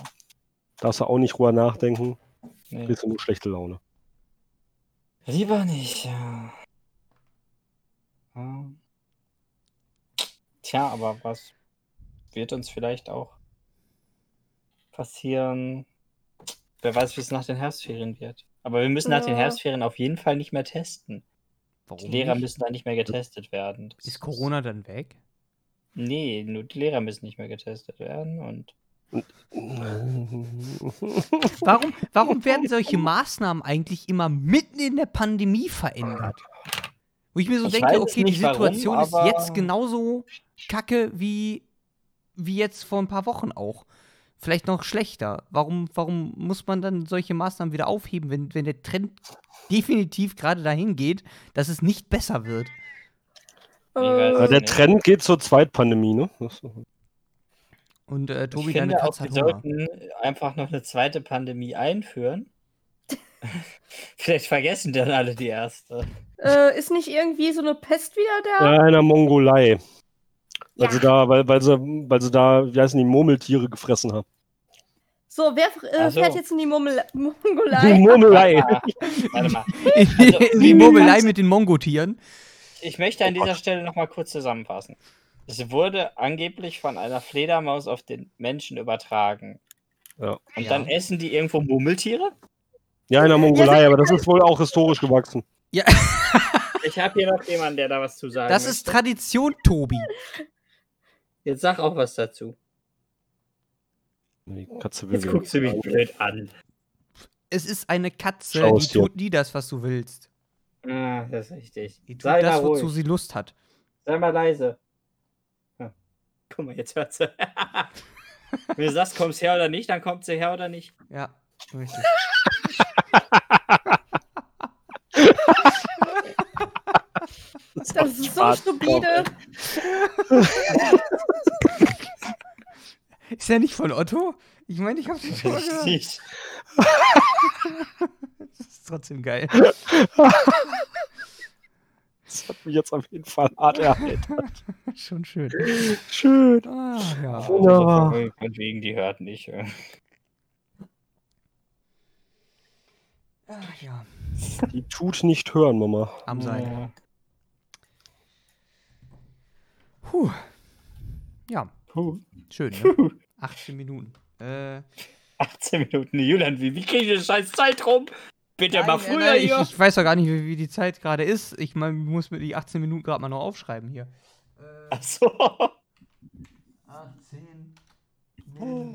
Speaker 4: Darfst du auch nicht ruhig nachdenken,
Speaker 1: Nee.
Speaker 4: kriegst du nur schlechte Laune.
Speaker 1: Lieber nicht. ja. Ja. Tja, aber was wird uns vielleicht auch passieren? Wer weiß, wie es nach den Herbstferien wird. Aber wir müssen nach den
Speaker 2: Ja.
Speaker 1: Herbstferien auf jeden Fall nicht mehr testen. Die
Speaker 3: Warum
Speaker 1: Lehrer
Speaker 3: nicht?
Speaker 1: müssen da nicht mehr getestet werden. Das
Speaker 3: Ist Corona dann weg?
Speaker 1: Nee, nur die Lehrer müssen nicht mehr getestet werden und
Speaker 3: Warum, warum werden solche Maßnahmen eigentlich immer mitten in der Pandemie verändert? Wo ich mir so
Speaker 1: Ich weiß
Speaker 3: denke,
Speaker 1: es
Speaker 3: okay, die
Speaker 1: nicht, warum,
Speaker 3: Situation ist
Speaker 1: aber-
Speaker 3: jetzt genauso kacke wie, wie jetzt vor ein paar Wochen auch. Vielleicht noch schlechter. Warum, warum muss man dann solche Maßnahmen wieder aufheben, wenn, wenn der Trend definitiv gerade dahin geht, dass es nicht besser wird?
Speaker 1: weiß
Speaker 4: Ja,
Speaker 1: es
Speaker 2: Äh,
Speaker 4: der
Speaker 1: nicht.
Speaker 4: Trend geht zur Zweitpandemie, ne? Das-
Speaker 3: Und äh, Tobi,
Speaker 1: ich finde
Speaker 3: deine Katze
Speaker 1: auch, wir
Speaker 3: hat Hunger.
Speaker 1: sollten einfach noch eine zweite Pandemie einführen. Vielleicht vergessen dann alle die erste.
Speaker 2: äh, ist nicht irgendwie so eine Pest wieder da?
Speaker 1: Äh,
Speaker 4: Ja, einer Mongolei. Weil
Speaker 2: Ja.
Speaker 4: sie da, weil, weil sie, weil sie da, wie heißen die, Murmeltiere gefressen haben.
Speaker 2: So, wer f- äh,
Speaker 1: Ach so.
Speaker 2: fährt jetzt in die Murmel
Speaker 4: Die
Speaker 2: Mongolei?
Speaker 4: Mongolei.
Speaker 1: Warte mal. also
Speaker 3: In die Mobelei mit den Mongotieren.
Speaker 1: Ich möchte an
Speaker 4: Oh Gott.
Speaker 1: dieser Stelle nochmal kurz zusammenfassen. Es wurde angeblich von einer Fledermaus auf den Menschen übertragen.
Speaker 4: Ja.
Speaker 1: Und
Speaker 3: Ja.
Speaker 1: dann essen die irgendwo Murmeltiere?
Speaker 4: Ja, einer Mongolei, aber das ist wohl auch historisch gewachsen.
Speaker 1: Ich habe hier noch jemanden, der da was zu sagen
Speaker 3: Das
Speaker 1: möchte.
Speaker 3: ist Tradition, Tobi.
Speaker 1: Jetzt sag auch was dazu.
Speaker 4: Die Katze will
Speaker 1: Jetzt
Speaker 4: wieder.
Speaker 1: guckst du mich blöd an.
Speaker 3: Es ist eine Katze,
Speaker 4: Schaust
Speaker 3: die
Speaker 4: dir.
Speaker 3: tut nie das, was du willst.
Speaker 1: Ah, das ist richtig.
Speaker 3: Die tut
Speaker 1: Sei mal
Speaker 3: das,
Speaker 1: ruhig.
Speaker 3: wozu sie Lust hat.
Speaker 1: Sei mal leise. Ja. Guck mal, jetzt hört sie. Wenn du sagst, kommst her oder nicht, dann kommt sie her oder nicht.
Speaker 3: Ja, richtig.
Speaker 2: Das ist so
Speaker 4: Schwarz.
Speaker 2: stupide.
Speaker 3: Ist der nicht von Otto? Ich meine, ich habe den schon mal gehört.
Speaker 1: Richtig.
Speaker 3: Das ist trotzdem geil.
Speaker 4: Das hat mich jetzt auf jeden Fall hart erheitert.
Speaker 3: schon schön.
Speaker 4: Schön.
Speaker 3: Ah, ja.
Speaker 4: Wunderbar.
Speaker 1: Also Von wegen, die hört nicht.
Speaker 3: Ah, ja.
Speaker 4: Die tut nicht hören, Mama.
Speaker 3: Am Seil.
Speaker 1: Ja.
Speaker 3: Puh. Ja,
Speaker 1: Puh.
Speaker 3: schön, ne? 18 Minuten. Äh,
Speaker 1: 18 Minuten, Julian, wie, wie kriege ich die scheiß Zeit rum? Bitte mal
Speaker 3: nein,
Speaker 1: früher
Speaker 3: nein, ich,
Speaker 1: hier.
Speaker 3: ich weiß doch gar nicht, wie, wie die Zeit gerade ist. Ich meine, ich muss mir die 18 Minuten gerade mal noch aufschreiben hier. Äh,
Speaker 1: Ach so.
Speaker 3: 18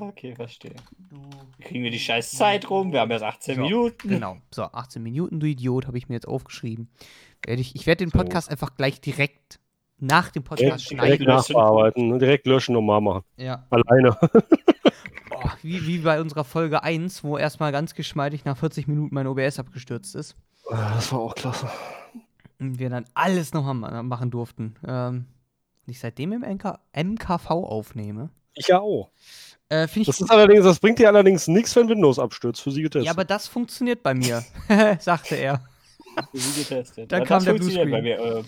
Speaker 1: Okay, verstehe.
Speaker 3: Minuten.
Speaker 1: Wie kriegen wir die scheiß Zeit rum? Wir haben jetzt 18
Speaker 3: So,
Speaker 1: Minuten.
Speaker 3: Genau. So, 18 Minuten, du Idiot, habe ich mir jetzt aufgeschrieben. Werd ich ich werde den
Speaker 4: So.
Speaker 3: Podcast einfach gleich direkt nach dem Podcast
Speaker 4: Direkt,
Speaker 3: schneiden.
Speaker 4: direkt nachbearbeiten, ne? direkt löschen, normal machen.
Speaker 3: Ja.
Speaker 4: Alleine.
Speaker 3: Boah, wie, wie bei unserer Folge 1, wo erstmal ganz geschmeidig nach 40 Minuten mein OBS abgestürzt ist.
Speaker 4: Das war auch klasse.
Speaker 3: Und wir dann alles nochmal machen durften. Ähm, und ich seitdem im NK MKV aufnehme.
Speaker 4: Ich ja auch.
Speaker 3: Äh, Finde ich.
Speaker 4: Das ist allerdings, das bringt dir allerdings nichts, wenn Windows abstürzt. Für sie getestet.
Speaker 3: ja, aber das funktioniert bei mir, sagte er.
Speaker 1: Wir sind getestet.
Speaker 3: Da
Speaker 1: Ja,
Speaker 3: kam
Speaker 1: das
Speaker 3: der
Speaker 1: funktioniert
Speaker 3: Bluescreen.
Speaker 1: bei mir. Äh,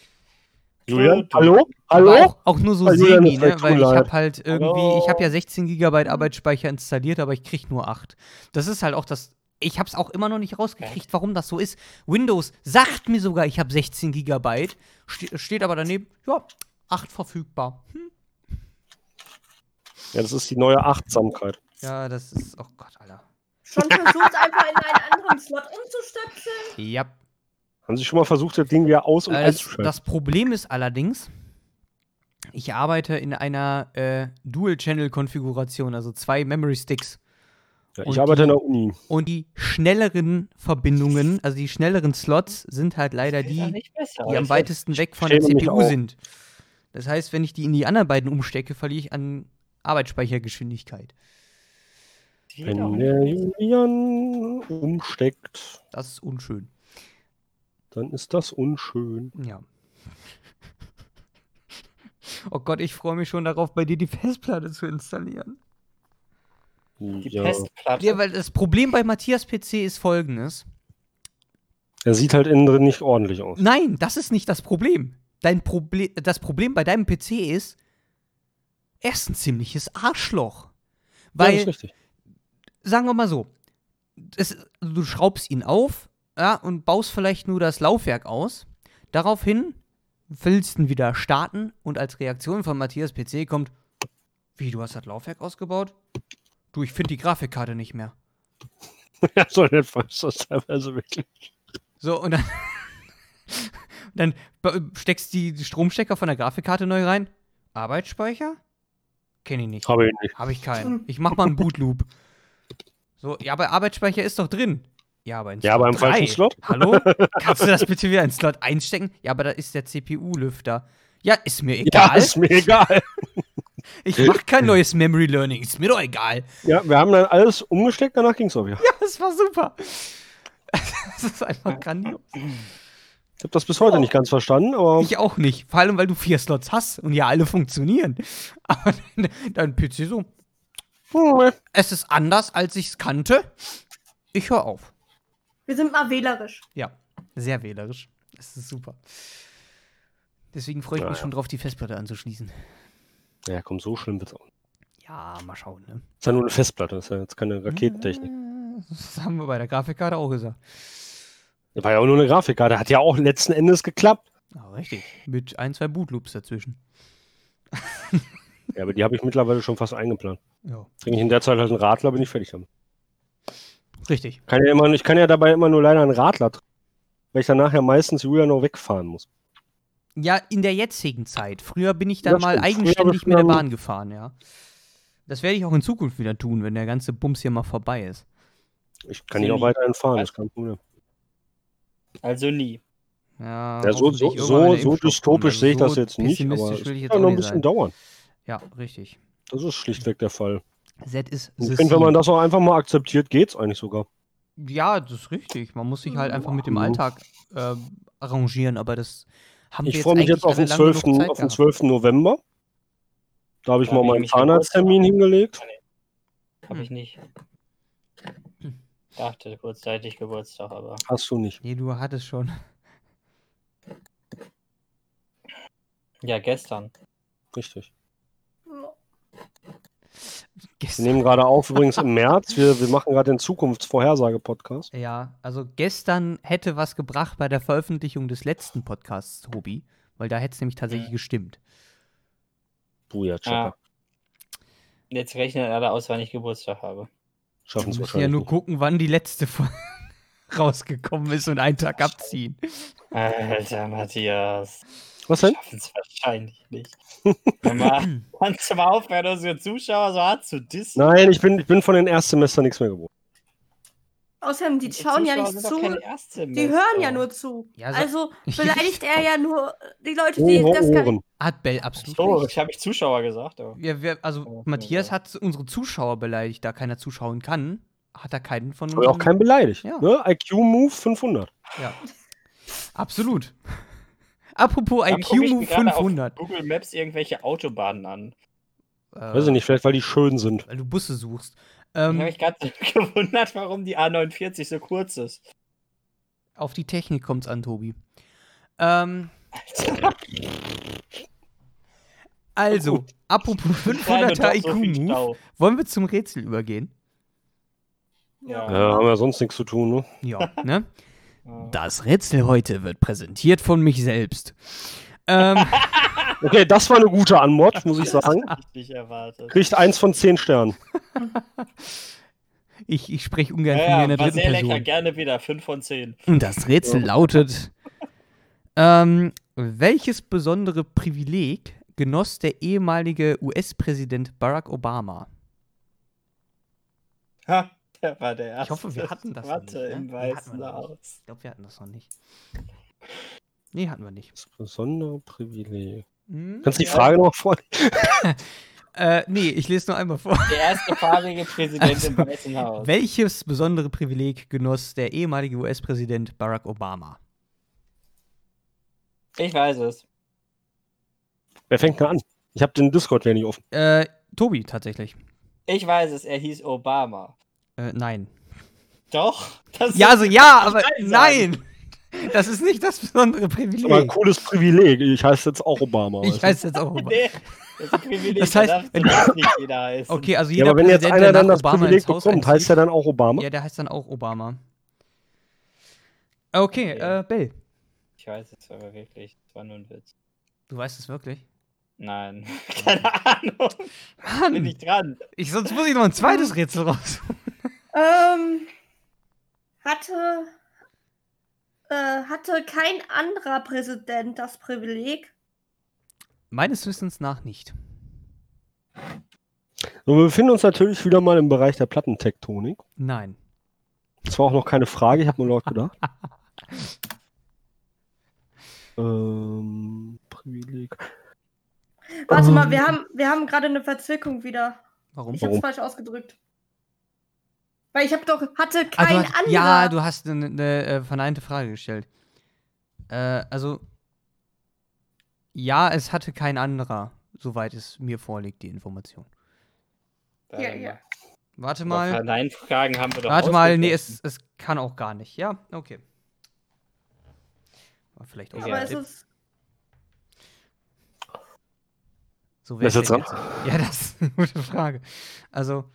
Speaker 4: Julian,
Speaker 1: Tut-
Speaker 4: hallo?
Speaker 3: Aber
Speaker 4: Hallo?
Speaker 3: Auch, auch nur so
Speaker 4: Ah, Julian,
Speaker 3: semi,
Speaker 4: das
Speaker 3: ne?
Speaker 4: tut
Speaker 3: Weil
Speaker 4: mir
Speaker 3: ich habe
Speaker 4: leid.
Speaker 3: halt irgendwie,
Speaker 1: Hallo.
Speaker 3: ich habe ja 16 Gigabyte Arbeitsspeicher installiert, aber ich krieg nur 8. Das ist halt auch das. Ich habe es auch immer noch nicht rausgekriegt, warum das so ist. Windows sagt mir sogar, ich habe 16 Gigabyte, ste steht aber daneben, ja, 8 verfügbar. Hm.
Speaker 4: Ja, das ist die neue Achtsamkeit.
Speaker 3: Ja, das ist, oh Gott, Alter.
Speaker 2: Schon versucht einfach in einen anderen Slot umzustöpseln.
Speaker 3: Ja.
Speaker 4: Haben Sie schon mal versucht, das Ding wieder aus- und
Speaker 3: Äh, das,
Speaker 4: einzuschalten?
Speaker 3: das Problem ist allerdings, ich arbeite in einer äh, Dual-Channel-Konfiguration, also zwei Memory-Sticks.
Speaker 4: Ja,
Speaker 3: und
Speaker 4: ich arbeite
Speaker 3: die-
Speaker 4: an der Uni.
Speaker 3: Und die schnelleren Verbindungen, also die schnelleren Slots, sind halt leider
Speaker 1: ist doch
Speaker 3: die,
Speaker 1: nicht besser.
Speaker 3: die am
Speaker 1: Alter.
Speaker 3: weitesten weg von der
Speaker 4: schäme mich
Speaker 3: CPU
Speaker 4: auch.
Speaker 3: sind. Das heißt, wenn ich die in die anderen beiden umstecke, verliere ich an Arbeitsspeichergeschwindigkeit.
Speaker 1: Geht auch
Speaker 4: Wenn
Speaker 1: nicht.
Speaker 4: der Julian umsteckt,
Speaker 3: Das ist unschön.
Speaker 4: dann ist das unschön.
Speaker 3: Ja. Oh Gott, ich freue mich schon darauf, bei dir die Festplatte zu installieren.
Speaker 1: Die
Speaker 4: Ja.
Speaker 1: Pestplatte.
Speaker 3: Ja, weil das Problem bei Matthias PC ist folgendes.
Speaker 4: Er sieht halt innen drin nicht ordentlich aus.
Speaker 3: Nein, das ist nicht das Problem. Dein Proble das Problem bei deinem PC ist, er ist ein ziemliches Arschloch.
Speaker 4: ja, das
Speaker 3: Weil,
Speaker 4: ist richtig.
Speaker 3: sagen wir mal so, es, du schraubst ihn auf ja, und baust vielleicht nur das Laufwerk aus. Daraufhin willst du ihn wieder starten und als Reaktion von Matthias PC kommt, wie, du hast das Laufwerk ausgebaut? Du, ich finde die Grafikkarte nicht mehr.
Speaker 4: Ja, so in etwa ist das teilweise wirklich.
Speaker 3: So, und dann, dann ba- steckst die die Stromstecker von der Grafikkarte neu rein. Arbeitsspeicher? Kenne ich nicht.
Speaker 4: Habe ich nicht.
Speaker 3: Habe ich keinen. Ich mach mal einen Bootloop. So, ja, aber Arbeitsspeicher ist doch drin. Ja, aber in
Speaker 4: Ja, aber im
Speaker 3: drei.
Speaker 4: falschen Slot.
Speaker 3: Hallo? Kannst du das bitte wieder in Slot einstecken? Ja, aber da ist der CPU-Lüfter. Ja, ist mir
Speaker 4: Ja,
Speaker 3: egal.
Speaker 4: ist mir egal.
Speaker 3: ich mach kein neues Memory Learning. Ist mir doch egal.
Speaker 4: Ja, wir haben dann alles umgesteckt, danach ging es auch wieder.
Speaker 3: Das war super. Das ist einfach grandios.
Speaker 4: Ich habe das bis heute nicht ganz verstanden, aber
Speaker 3: Oh. Ich auch nicht. Vor allem, weil du vier Slots hast und ja alle funktionieren. Aber dein, dein PC so,
Speaker 4: hm,
Speaker 3: es ist anders, als ich es kannte. Ich höre auf.
Speaker 2: Wir sind mal wählerisch.
Speaker 3: Ja, sehr wählerisch. Das ist super. Deswegen freue ich
Speaker 4: Ja,
Speaker 3: mich
Speaker 4: ja.
Speaker 3: schon drauf, die Festplatte anzuschließen.
Speaker 4: ja, komm, so schlimm wird's auch. nicht.
Speaker 3: Ja, mal schauen, ne?
Speaker 4: Ist ja nur eine Festplatte, ist ja jetzt keine Raketentechnik.
Speaker 3: Äh, Das haben wir bei der Grafikkarte auch gesagt. Mhm.
Speaker 4: War ja auch nur eine Grafikkarte, hat ja auch letzten Endes geklappt.
Speaker 3: Ja, richtig. Mit ein, zwei Bootloops dazwischen.
Speaker 4: Ja, aber die habe ich mittlerweile schon fast eingeplant.
Speaker 3: Ja,
Speaker 4: Trinke ich in der Zeit halt einen Radler, bin ich fertig damit.
Speaker 3: richtig.
Speaker 4: Kann ja immer, ich kann ja dabei immer nur leider einen Radler trinken, weil ich danach ja meistens Julia noch wegfahren muss.
Speaker 3: Ja, in der jetzigen Zeit. Früher bin ich dann
Speaker 4: Ja,
Speaker 3: mal
Speaker 4: stimmt. Früher habe ich
Speaker 3: eigenständig mit der
Speaker 4: schon-
Speaker 3: Bahn gefahren, ja. Das werde ich auch in Zukunft wieder tun, wenn der ganze Bums hier mal vorbei ist.
Speaker 4: Ich kann nicht auch weiterhin fahren, das ist kein Problem.
Speaker 1: Also nie.
Speaker 3: Ja,
Speaker 4: Ja, so,
Speaker 3: hoffentlich
Speaker 4: so,
Speaker 3: irgendwann mal
Speaker 4: so,
Speaker 3: der
Speaker 4: so
Speaker 3: Impfstoff kommt.
Speaker 4: dystopisch
Speaker 3: Also
Speaker 4: sehe ich
Speaker 3: so
Speaker 4: das jetzt nicht, aber
Speaker 3: pessimistisch will
Speaker 4: es kann
Speaker 3: ich jetzt
Speaker 4: ja
Speaker 3: auch
Speaker 4: noch ein
Speaker 3: nicht
Speaker 4: bisschen
Speaker 3: sein.
Speaker 4: dauern.
Speaker 3: Ja, richtig.
Speaker 4: Das ist schlichtweg der Fall.
Speaker 3: Z ist
Speaker 4: Ich
Speaker 3: the
Speaker 4: finde, wenn man
Speaker 3: scene.
Speaker 4: das auch einfach mal akzeptiert, geht's eigentlich sogar.
Speaker 3: Ja, das ist richtig. Man muss sich halt einfach mit dem
Speaker 4: Ja.
Speaker 3: Alltag ähm, arrangieren, aber das haben wir
Speaker 4: Ich freue mich
Speaker 3: eigentlich
Speaker 4: jetzt auf
Speaker 3: alle
Speaker 4: den,
Speaker 3: lang genug
Speaker 4: 12.
Speaker 3: Zeit
Speaker 4: auf den
Speaker 3: gehabt.
Speaker 4: 12. November. Da habe ich
Speaker 1: Da
Speaker 4: mal
Speaker 1: hab ich
Speaker 4: meinen
Speaker 1: mich gewusst.
Speaker 4: Zahnarzttermin hingelegt.
Speaker 1: Hab ich nicht. Dachte kurzzeitig Geburtstag, aber.
Speaker 4: Hast du nicht.
Speaker 3: Nee, du hattest schon.
Speaker 1: Ja, gestern.
Speaker 4: Richtig. Wir
Speaker 3: Gestern.
Speaker 4: nehmen gerade auf, übrigens im März. Wir, wir machen gerade den Zukunftsvorhersage-Podcast.
Speaker 3: Ja, also gestern hätte was gebracht bei der Veröffentlichung des letzten Podcasts, Tobi, weil da hätte es nämlich tatsächlich
Speaker 1: Ja.
Speaker 3: gestimmt.
Speaker 4: Buja,
Speaker 1: Ja.
Speaker 4: Chaka.
Speaker 1: Jetzt rechnen alle aus, wann ich Geburtstag habe.
Speaker 3: Wir
Speaker 4: Schaffen es
Speaker 3: müssen ja
Speaker 4: wahrscheinlich.
Speaker 3: nur
Speaker 4: nicht.
Speaker 3: gucken, wann die letzte Folge rausgekommen ist und einen Tag abziehen.
Speaker 1: Alter Matthias.
Speaker 4: Was denn?
Speaker 1: Schaffen es wahrscheinlich nicht. Hör mal, kannst du mal aufhören, unsere Zuschauer so hart zu dissen?
Speaker 4: Nein, ich bin, ich bin von den Erstsemestern nichts mehr geboren.
Speaker 2: Außerdem, die schauen ja nicht zu.
Speaker 1: zu.
Speaker 2: Die hören ja nur zu.
Speaker 3: Ja, so-
Speaker 2: Also beleidigt er ja nur die Leute, die
Speaker 4: Ohre
Speaker 2: das gar nicht.
Speaker 4: Ohren.
Speaker 3: Hat Bell absolut
Speaker 1: So,
Speaker 3: recht.
Speaker 1: ich habe ich Zuschauer gesagt. Aber.
Speaker 3: Ja, wir, also
Speaker 1: Oh,
Speaker 3: Matthias
Speaker 1: ja.
Speaker 3: hat unsere Zuschauer beleidigt, da keiner zuschauen kann, hat er keinen von
Speaker 4: Aber auch
Speaker 3: unseren-
Speaker 4: kein beleidigt.
Speaker 3: Ja.
Speaker 4: Ne? IQ-Move 500.
Speaker 3: Ja. Absolut. Apropos
Speaker 1: Dann guck ich mir
Speaker 3: IQ
Speaker 1: gerade auf
Speaker 3: 500.
Speaker 1: Google Maps irgendwelche Autobahnen an.
Speaker 3: Äh,
Speaker 4: Weiß ich nicht, vielleicht weil die schön sind.
Speaker 3: Weil du Busse suchst.
Speaker 1: Ich habe
Speaker 3: Ähm,
Speaker 1: mich gerade gewundert, warum die A49 so kurz ist.
Speaker 3: auf die Technik kommt's an, Tobi. Ähm,
Speaker 1: Oh,
Speaker 3: also, apropos 500er IQ-Move, wollen wir zum Rätsel übergehen?
Speaker 1: Ja.
Speaker 4: Ja, haben wir sonst nichts zu tun, ne?
Speaker 3: Ja, ne?
Speaker 1: Ja.
Speaker 3: Das Rätsel heute wird präsentiert von mich selbst. Ähm,
Speaker 4: Okay, das war eine gute Antwort, muss ich sagen.
Speaker 1: Nicht erwartet.
Speaker 4: Kriegt eins von zehn Sternen.
Speaker 3: ich ich spreche ungern von mir
Speaker 1: Ja,
Speaker 3: in der
Speaker 1: ja, war
Speaker 3: dritten
Speaker 1: sehr lecker,
Speaker 3: Person.
Speaker 1: gerne wieder. 5 von 10.
Speaker 3: Und das Rätsel lautet: ähm, Welches besondere Privileg genoss der ehemalige US-Präsident Barack Obama?
Speaker 1: Ha, der war der erste.
Speaker 3: Ich hoffe, wir hatten das noch
Speaker 1: Warte,
Speaker 3: nicht, ne?
Speaker 1: im
Speaker 3: Nee, hatten wir
Speaker 1: Weißen
Speaker 3: noch nicht.
Speaker 1: Haus.
Speaker 3: Ich glaube, wir hatten das noch nicht. Nee, hatten wir nicht.
Speaker 4: Das besondere Privileg.
Speaker 3: Hm?
Speaker 4: Kannst du die Frage noch vorlesen?
Speaker 3: Äh, nee, ich lese nur einmal vor.
Speaker 1: Der erste fahrige Präsident im
Speaker 3: Also,
Speaker 1: Weißen Haus.
Speaker 3: Welches besondere Privileg genoss der ehemalige US-Präsident Barack Obama?
Speaker 1: Ich weiß es.
Speaker 4: Wer fängt da an? Ich habe den Discord ja nicht offen.
Speaker 3: Äh, Tobi, tatsächlich.
Speaker 1: Ich weiß es, er hieß Obama.
Speaker 3: Äh, nein.
Speaker 1: Doch? Das
Speaker 3: Ja, also ja, aber
Speaker 1: Nein
Speaker 3: nein! Das ist nicht das besondere
Speaker 4: Das ist aber also-
Speaker 3: Privileg.
Speaker 4: ein cooles Privileg. Ich heiße jetzt auch Obama.
Speaker 3: Ich
Speaker 4: weißt du?
Speaker 3: heiße jetzt auch Obama.
Speaker 1: Nee, das ist ein Privileg,
Speaker 3: Das
Speaker 1: das
Speaker 3: heißt,
Speaker 1: heißt, darf,
Speaker 3: wenn-
Speaker 1: darf nicht jeder heißen.
Speaker 3: Okay, also
Speaker 4: ja,
Speaker 3: jeder
Speaker 4: aber wenn jetzt
Speaker 3: Präsident,
Speaker 4: einer
Speaker 3: der
Speaker 4: dann
Speaker 3: nach
Speaker 4: das
Speaker 3: Obama
Speaker 4: Privileg
Speaker 3: ins Haus
Speaker 4: bekommt, heißt
Speaker 3: einzieht-
Speaker 4: er dann auch Obama?
Speaker 3: Ja, der heißt dann auch Obama. Okay,
Speaker 1: Okay.
Speaker 3: äh, Bill.
Speaker 1: Ich weiß es aber wirklich. Das war nur ein Witz.
Speaker 3: Du weißt es wirklich?
Speaker 1: Nein. Keine Ahnung. Bin
Speaker 3: Mann,
Speaker 1: ich dran.
Speaker 3: ich, sonst muss ich noch ein zweites Rätsel raus.
Speaker 2: Ähm, hatte, äh, hatte kein anderer Präsident das Privileg?
Speaker 3: Meines Wissens nach nicht.
Speaker 4: So, wir befinden uns natürlich wieder mal im Bereich der Plattentektonik.
Speaker 3: Nein.
Speaker 4: Das war auch noch keine Frage, ich habe nur laut gedacht. ähm, Privileg.
Speaker 2: Warte
Speaker 4: Ähm.
Speaker 2: mal, wir haben, wir haben gerade eine Verzwickung wieder.
Speaker 3: Warum?
Speaker 2: Ich habe
Speaker 4: Warum?
Speaker 2: falsch ausgedrückt. Weil ich habe doch, hatte
Speaker 3: Ah, du
Speaker 2: kein
Speaker 3: hast,
Speaker 2: anderer.
Speaker 3: ja, du hast eine, eine äh, verneinte Frage gestellt. Äh, also, ja, es hatte kein anderer, soweit es mir vorliegt, die Information.
Speaker 2: Ja, ja.
Speaker 3: Warte mal.
Speaker 1: Nein-Fragen haben wir doch
Speaker 3: Warte mal,
Speaker 1: ausgeschlossen.
Speaker 3: nee, es, es kann auch gar nicht. Ja, okay. War Vielleicht auch
Speaker 1: Ja,
Speaker 2: Aber
Speaker 3: ein
Speaker 2: es
Speaker 3: Tipp.
Speaker 2: ist.
Speaker 3: so
Speaker 4: Wer ist
Speaker 3: wär's
Speaker 4: jetzt dran?
Speaker 3: jetzt- Ja, das ist eine gute Frage. Also,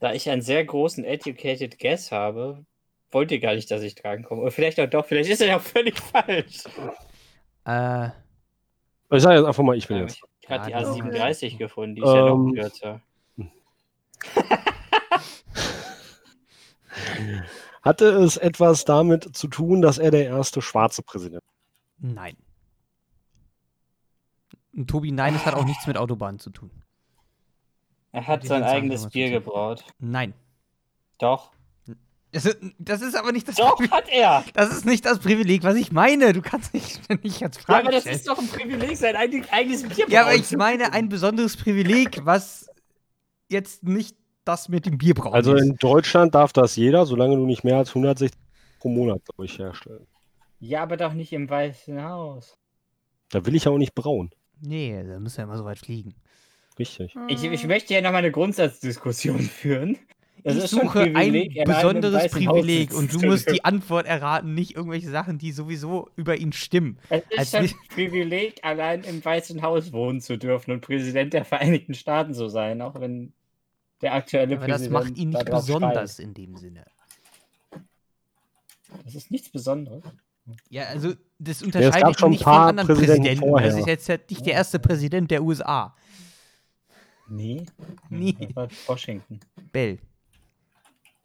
Speaker 1: Da ich einen sehr großen Educated Guess habe, wollt ihr gar nicht, dass ich dran komme. Oder vielleicht auch doch, vielleicht ist er ja völlig falsch.
Speaker 3: äh,
Speaker 4: Ich sage jetzt einfach mal, ich will
Speaker 1: Ja,
Speaker 4: jetzt.
Speaker 1: ich habe gerade die
Speaker 3: Ja,
Speaker 2: das-
Speaker 1: A37 gefunden, die ist ja
Speaker 4: Ähm.
Speaker 1: noch kürzer.
Speaker 4: Hatte es etwas damit zu tun, dass er der erste schwarze Präsident
Speaker 3: nein. Und Tobi, nein, es hat auch nichts mit Autobahnen zu tun.
Speaker 1: Er
Speaker 3: Ja,
Speaker 1: hat
Speaker 3: die
Speaker 1: sein
Speaker 3: sind sagen,
Speaker 1: eigenes
Speaker 3: aber
Speaker 1: Bier
Speaker 3: zu-
Speaker 1: gebraut.
Speaker 3: Nein.
Speaker 1: Doch.
Speaker 3: Das ist, das ist aber nicht das
Speaker 1: Doch,
Speaker 3: Privileg-
Speaker 1: hat er!
Speaker 3: Das ist nicht das Privileg, was ich meine. Du kannst nicht ständig jetzt
Speaker 1: Ja,
Speaker 3: fragen.
Speaker 1: aber das
Speaker 3: stellen.
Speaker 1: ist genau doch ein Privileg, sein eigen- eigenes Bier
Speaker 3: ja, aber
Speaker 1: brauen
Speaker 3: ich
Speaker 1: zu
Speaker 3: meine
Speaker 1: können.
Speaker 3: ein besonderes Privileg, was jetzt nicht das mit dem Bierbrauen
Speaker 4: Also
Speaker 3: ist.
Speaker 4: in Deutschland darf das jeder, solange du nicht mehr als 160 pro Monat, glaube ich, herstellst.
Speaker 1: Ja, aber doch nicht im Weißen Haus.
Speaker 4: Da will ich ja auch nicht brauen.
Speaker 3: Nee, da müssen wir immer so weit fliegen.
Speaker 4: Richtig.
Speaker 1: Ich,
Speaker 2: mm,
Speaker 1: ich möchte ja nochmal eine Grundsatzdiskussion führen. Das
Speaker 3: ich
Speaker 1: ist schon
Speaker 3: suche
Speaker 1: Privileg,
Speaker 3: ein
Speaker 1: allein im
Speaker 3: besonderes
Speaker 1: Weißen Haus
Speaker 3: Privileg und
Speaker 1: sitzen
Speaker 3: du
Speaker 1: zu
Speaker 3: musst
Speaker 1: dürfen.
Speaker 3: die Antwort erraten, nicht irgendwelche Sachen, die sowieso über ihn stimmen.
Speaker 1: Es
Speaker 3: Als
Speaker 1: ist schon
Speaker 3: nicht-
Speaker 1: ein Privileg, allein im Weißen Haus wohnen zu dürfen und Präsident der Vereinigten Staaten zu sein, auch wenn der aktuelle
Speaker 3: Aber das
Speaker 1: Präsident.
Speaker 3: macht ihn nicht
Speaker 1: darauf
Speaker 3: besonders in dem Sinne.
Speaker 1: schreit. Das ist nichts Besonderes.
Speaker 3: Ja, also das
Speaker 4: es
Speaker 3: unterscheidet
Speaker 4: gab
Speaker 3: ihn
Speaker 4: schon
Speaker 3: nicht
Speaker 4: ein
Speaker 3: von
Speaker 4: paar
Speaker 3: anderen
Speaker 4: Präsidenten
Speaker 3: Präsidenten.
Speaker 4: vorher.
Speaker 3: Das ist jetzt halt nicht der erste Präsident der USA.
Speaker 1: Nee.
Speaker 3: Nee.
Speaker 1: Das war Washington.
Speaker 3: Bell.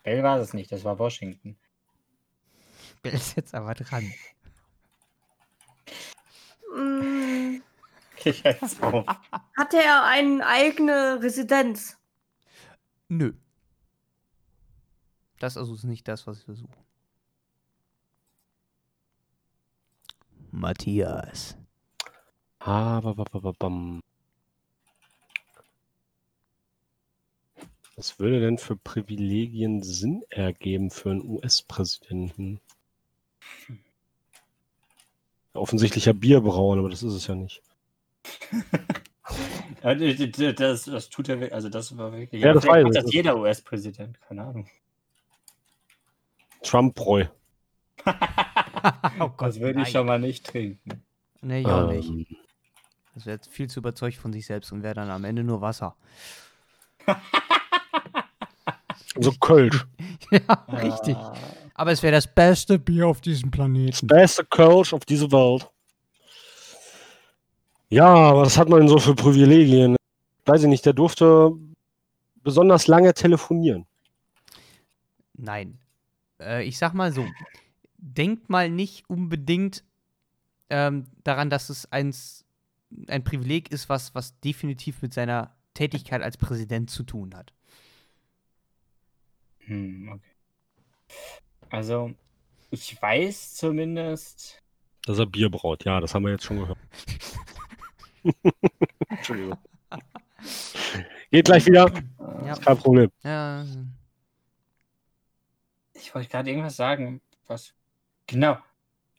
Speaker 1: Bell war das nicht, das war Washington.
Speaker 3: Bell ist jetzt aber dran.
Speaker 2: mm,
Speaker 1: Ich hält's auf.
Speaker 2: Hat er eine eigene Residenz?
Speaker 3: Nö. Das also ist nicht das, was ich versuche. Matthias.
Speaker 4: Ah, ba, ba, ba, ba, bam. Was würde denn für Privilegien Sinn ergeben für einen US-Präsidenten? Offensichtlicher Bierbrauen, aber das ist es ja nicht.
Speaker 1: Also, Das, das tut er wirklich, also das war wirklich.
Speaker 4: Ja, das
Speaker 1: Vielleicht
Speaker 4: weiß
Speaker 1: macht
Speaker 4: ich.
Speaker 1: das jeder US-Präsident, keine Ahnung.
Speaker 4: Trump-Breu.
Speaker 3: Oh Gott,
Speaker 1: Das würde ich
Speaker 3: nein.
Speaker 1: schon mal nicht trinken.
Speaker 3: Nee, ich auch nicht.
Speaker 4: Ähm,
Speaker 3: Das wäre jetzt viel zu überzeugt von sich selbst und wäre dann am Ende nur Wasser.
Speaker 4: So Kölsch.
Speaker 3: ja, richtig.
Speaker 1: Ah.
Speaker 3: Aber es wäre das beste Bier auf diesem
Speaker 4: Das
Speaker 3: Planeten.
Speaker 4: beste Kölsch auf dieser Welt. Ja, was hat man denn so für Privilegien? Weiß ich nicht, der durfte besonders lange telefonieren.
Speaker 3: Nein. Äh, ich sag mal so, denkt mal nicht unbedingt ähm, daran, dass es eins, ein Privileg ist, was, was definitiv mit seiner Tätigkeit als Präsident zu tun hat.
Speaker 1: Hm, okay. Also, ich weiß zumindest.
Speaker 4: Dass er Bier braut, ja, das haben wir jetzt schon gehört. Entschuldigung. Geht gleich wieder,
Speaker 1: Äh,
Speaker 3: Ja.
Speaker 4: kein Problem.
Speaker 3: Ja,
Speaker 1: Ich wollte gerade irgendwas sagen. Was? Genau.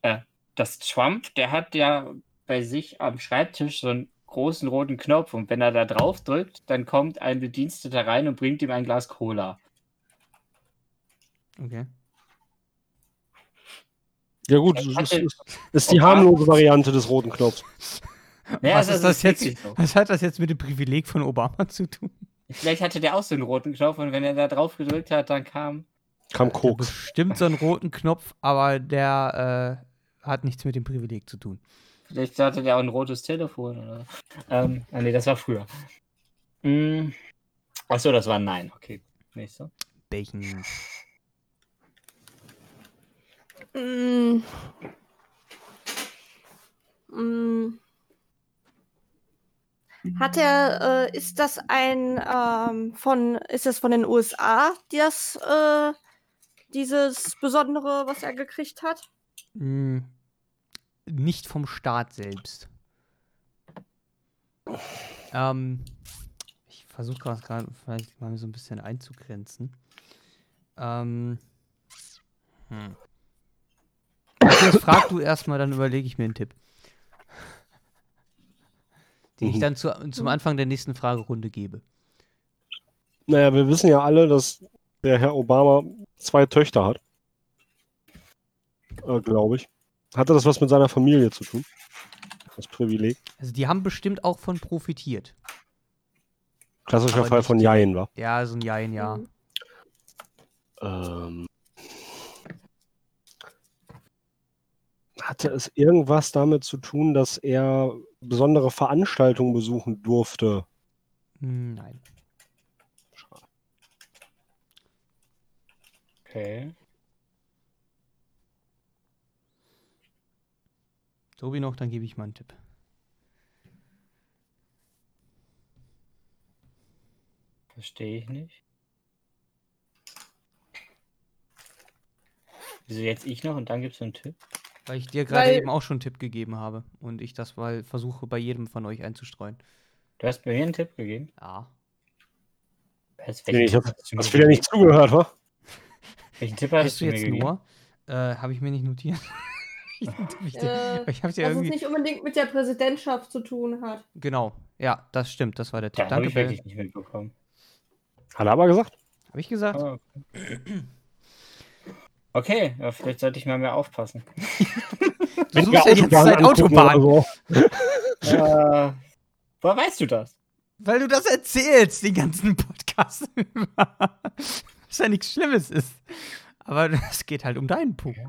Speaker 1: Äh, das Trump, der hat ja bei sich am Schreibtisch so einen großen roten Knopf und wenn er da drauf drückt, dann kommt ein Bediensteter rein und bringt ihm ein Glas Cola.
Speaker 3: okay.
Speaker 4: Ja gut,
Speaker 1: Das
Speaker 4: das
Speaker 1: hatte-
Speaker 4: ist, ist die harmlose Variante des roten Knopfs.
Speaker 1: Ja,
Speaker 3: was,
Speaker 1: das
Speaker 3: ist das jetzt,
Speaker 1: also wirklich so.
Speaker 3: was hat das jetzt mit dem Privileg von Obama zu tun?
Speaker 1: Vielleicht hatte der auch so einen roten Knopf und wenn er da drauf gedrückt hat, dann kam.
Speaker 4: Kam
Speaker 3: Der
Speaker 4: Koks.
Speaker 3: Bestimmt so einen roten Knopf, aber der äh, hat nichts mit dem Privileg zu tun.
Speaker 1: Vielleicht hatte der auch ein rotes Telefon oder. Ähm, ah, nee, das war früher. Mm. Achso, das war ein Nein. Okay, nicht so.
Speaker 3: Welchen?
Speaker 2: Mm. Mm. Hat er, äh, ist das ein ähm, von, ist das von den USA, das, äh, dieses Besondere, was er gekriegt hat?
Speaker 3: Hm, nicht vom Staat selbst. Ähm, ich versuche gerade vielleicht mal so ein bisschen einzugrenzen. Ähm, hm. das frag du erstmal, dann überlege ich mir einen Tipp. Den ich
Speaker 4: Mhm.
Speaker 3: dann zu, zum Anfang der nächsten Fragerunde gebe.
Speaker 4: Naja, wir wissen ja alle, dass der Herr Obama zwei Töchter hat. Äh, Glaube ich. Hatte das was mit seiner Familie zu tun? Das Privileg.
Speaker 3: Also die haben bestimmt auch von profitiert.
Speaker 4: Klassischer
Speaker 3: Aber
Speaker 4: Fall
Speaker 3: nicht
Speaker 4: von
Speaker 3: die-
Speaker 4: Jein, war.
Speaker 3: Ja, so ein Jein, ja.
Speaker 4: Ähm, hatte es irgendwas damit zu tun, dass er besondere Veranstaltungen besuchen durfte?
Speaker 3: Hm, nein.
Speaker 1: Okay.
Speaker 3: Tobi noch, dann gebe ich mal einen Tipp.
Speaker 1: Verstehe ich nicht. Wieso jetzt ich noch und dann gibt es einen Tipp?
Speaker 3: Weil ich dir gerade
Speaker 2: Weil-
Speaker 3: eben auch schon einen Tipp gegeben habe. Und ich das mal versuche, bei jedem von euch einzustreuen.
Speaker 1: Du hast mir einen Tipp gegeben.
Speaker 3: Ja.
Speaker 1: Was,
Speaker 4: Nee, ich
Speaker 1: Tipp
Speaker 4: hab-
Speaker 1: hast du mir
Speaker 4: Hast wieder
Speaker 1: gegeben?
Speaker 4: nicht zugehört, wa?
Speaker 1: Welchen Tipp
Speaker 3: Weißt
Speaker 1: hast
Speaker 3: du
Speaker 1: du mir
Speaker 3: jetzt
Speaker 1: gegeben?
Speaker 3: nur? Äh, habe ich mir nicht notiert. ich hab ich dir,
Speaker 2: Äh,
Speaker 3: ich hab's dir
Speaker 2: was es
Speaker 3: irgendwie.
Speaker 2: nicht unbedingt mit der Präsidentschaft zu tun hat.
Speaker 3: Genau. Ja, das stimmt. Das war der Tipp.
Speaker 1: Da habe
Speaker 3: Danke,
Speaker 1: ich
Speaker 3: Bill.
Speaker 1: wirklich nicht mitbekommen.
Speaker 4: Hat er aber gesagt.
Speaker 3: Habe ich gesagt?
Speaker 1: Oh, okay. Okay, ja, vielleicht sollte ich mal mehr aufpassen.
Speaker 3: Du suchst ja die ganze Zeit
Speaker 4: angucken
Speaker 1: also
Speaker 3: Autobahn.
Speaker 4: oder so.
Speaker 1: äh, woher weißt du das?
Speaker 3: Weil du das erzählst, den ganzen Podcast über. Was ja nichts Schlimmes ist. Aber es geht halt um deinen Punkt.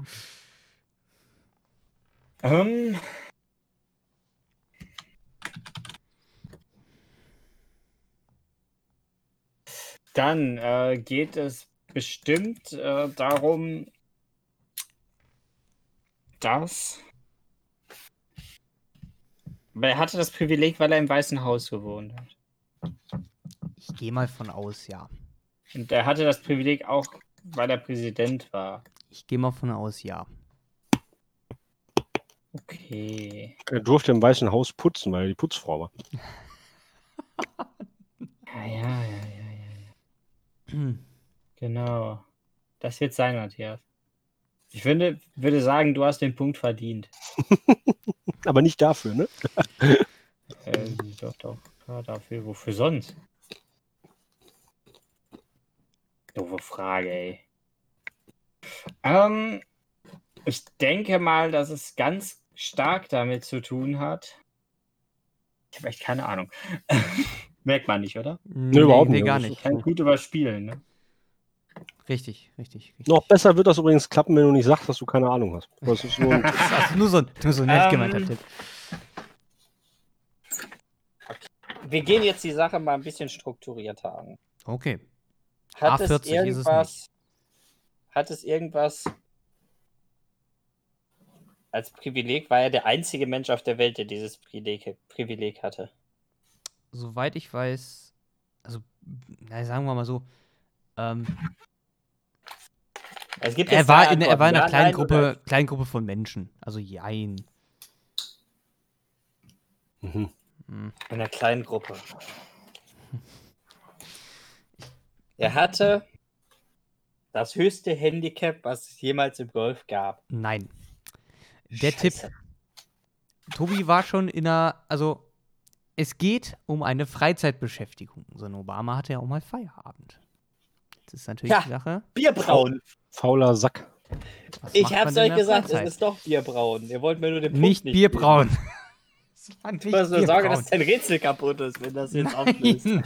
Speaker 1: Ähm, dann äh, geht es bestimmt äh, darum, dass. Aber Er hatte das Privileg, weil er im Weißen Haus gewohnt hat.
Speaker 3: Ich gehe mal von aus, ja.
Speaker 1: Und er hatte das Privileg auch, weil er Präsident war.
Speaker 3: Ich gehe mal von aus, ja.
Speaker 1: Okay.
Speaker 4: Er durfte im Weißen Haus putzen, weil er die Putzfrau war.
Speaker 1: Ja, ja, ja, ja, ja.
Speaker 3: Hm.
Speaker 1: Genau. Das wird sein, Matthias. Ich finde, würde sagen, du hast den Punkt verdient.
Speaker 4: Aber nicht dafür, ne?
Speaker 1: Äh, doch, doch. Ja, dafür, wofür sonst? Doofe Frage, ey. Ähm, ich denke mal, dass es ganz stark damit zu tun hat. Ich habe echt keine Ahnung. Merkt man nicht, oder?
Speaker 3: Nee,
Speaker 4: überhaupt
Speaker 3: nee,
Speaker 4: nicht.
Speaker 3: gar
Speaker 4: Das
Speaker 3: nicht.
Speaker 1: Kann ich gut überspielen, ne?
Speaker 3: Richtig, richtig, richtig.
Speaker 4: Noch besser wird das übrigens klappen, wenn du nicht sagst, dass du keine Ahnung hast. Das ist so ein
Speaker 3: Also nur so ein, nur so ein nett
Speaker 1: Ähm.
Speaker 3: gemeinter Tipp.
Speaker 1: Wir gehen jetzt die Sache mal ein bisschen strukturierter an.
Speaker 3: Okay.
Speaker 1: Hat es
Speaker 3: A40 ist es
Speaker 1: irgendwas. hat es irgendwas als Privileg? War er der einzige Mensch auf der Welt, der dieses Privileg, Privileg hatte?
Speaker 3: Soweit ich weiß, also, na, sagen wir mal so, ähm,
Speaker 1: Es gibt
Speaker 3: er,
Speaker 1: jetzt
Speaker 3: war
Speaker 1: drei
Speaker 3: in, er war in
Speaker 1: Antworten.
Speaker 3: einer
Speaker 1: Ja,
Speaker 3: kleinen
Speaker 1: nein oder-
Speaker 3: Gruppe, kleinen Gruppe von Menschen. Also jein.
Speaker 4: Mhm.
Speaker 3: Hm.
Speaker 1: In einer kleinen Gruppe. Er hatte das höchste Handicap, was es jemals im Golf gab.
Speaker 3: Nein. Der
Speaker 1: Scheiße.
Speaker 3: Tipp, Tobi war schon in einer, also, es geht um eine Freizeitbeschäftigung. So ein Obama hatte ja auch mal Feierabend. Das ist natürlich
Speaker 1: Ja.
Speaker 3: die Sache.
Speaker 1: Bierbrauen.
Speaker 4: fauler Sack.
Speaker 3: Was
Speaker 1: Ich
Speaker 3: macht
Speaker 1: hab's
Speaker 3: man in
Speaker 1: euch
Speaker 3: der
Speaker 1: gesagt,
Speaker 3: Freizeit?
Speaker 1: es ist doch Bierbrauen. Ihr wollt mir nur den Punkt
Speaker 3: nicht
Speaker 1: geben.
Speaker 3: Bierbrauen. Es war nicht
Speaker 1: Ich muss nur sorgen, dass
Speaker 3: Bierbrauen.
Speaker 1: dein Rätsel kaputt ist, wenn das jetzt auflöst.
Speaker 3: Nein,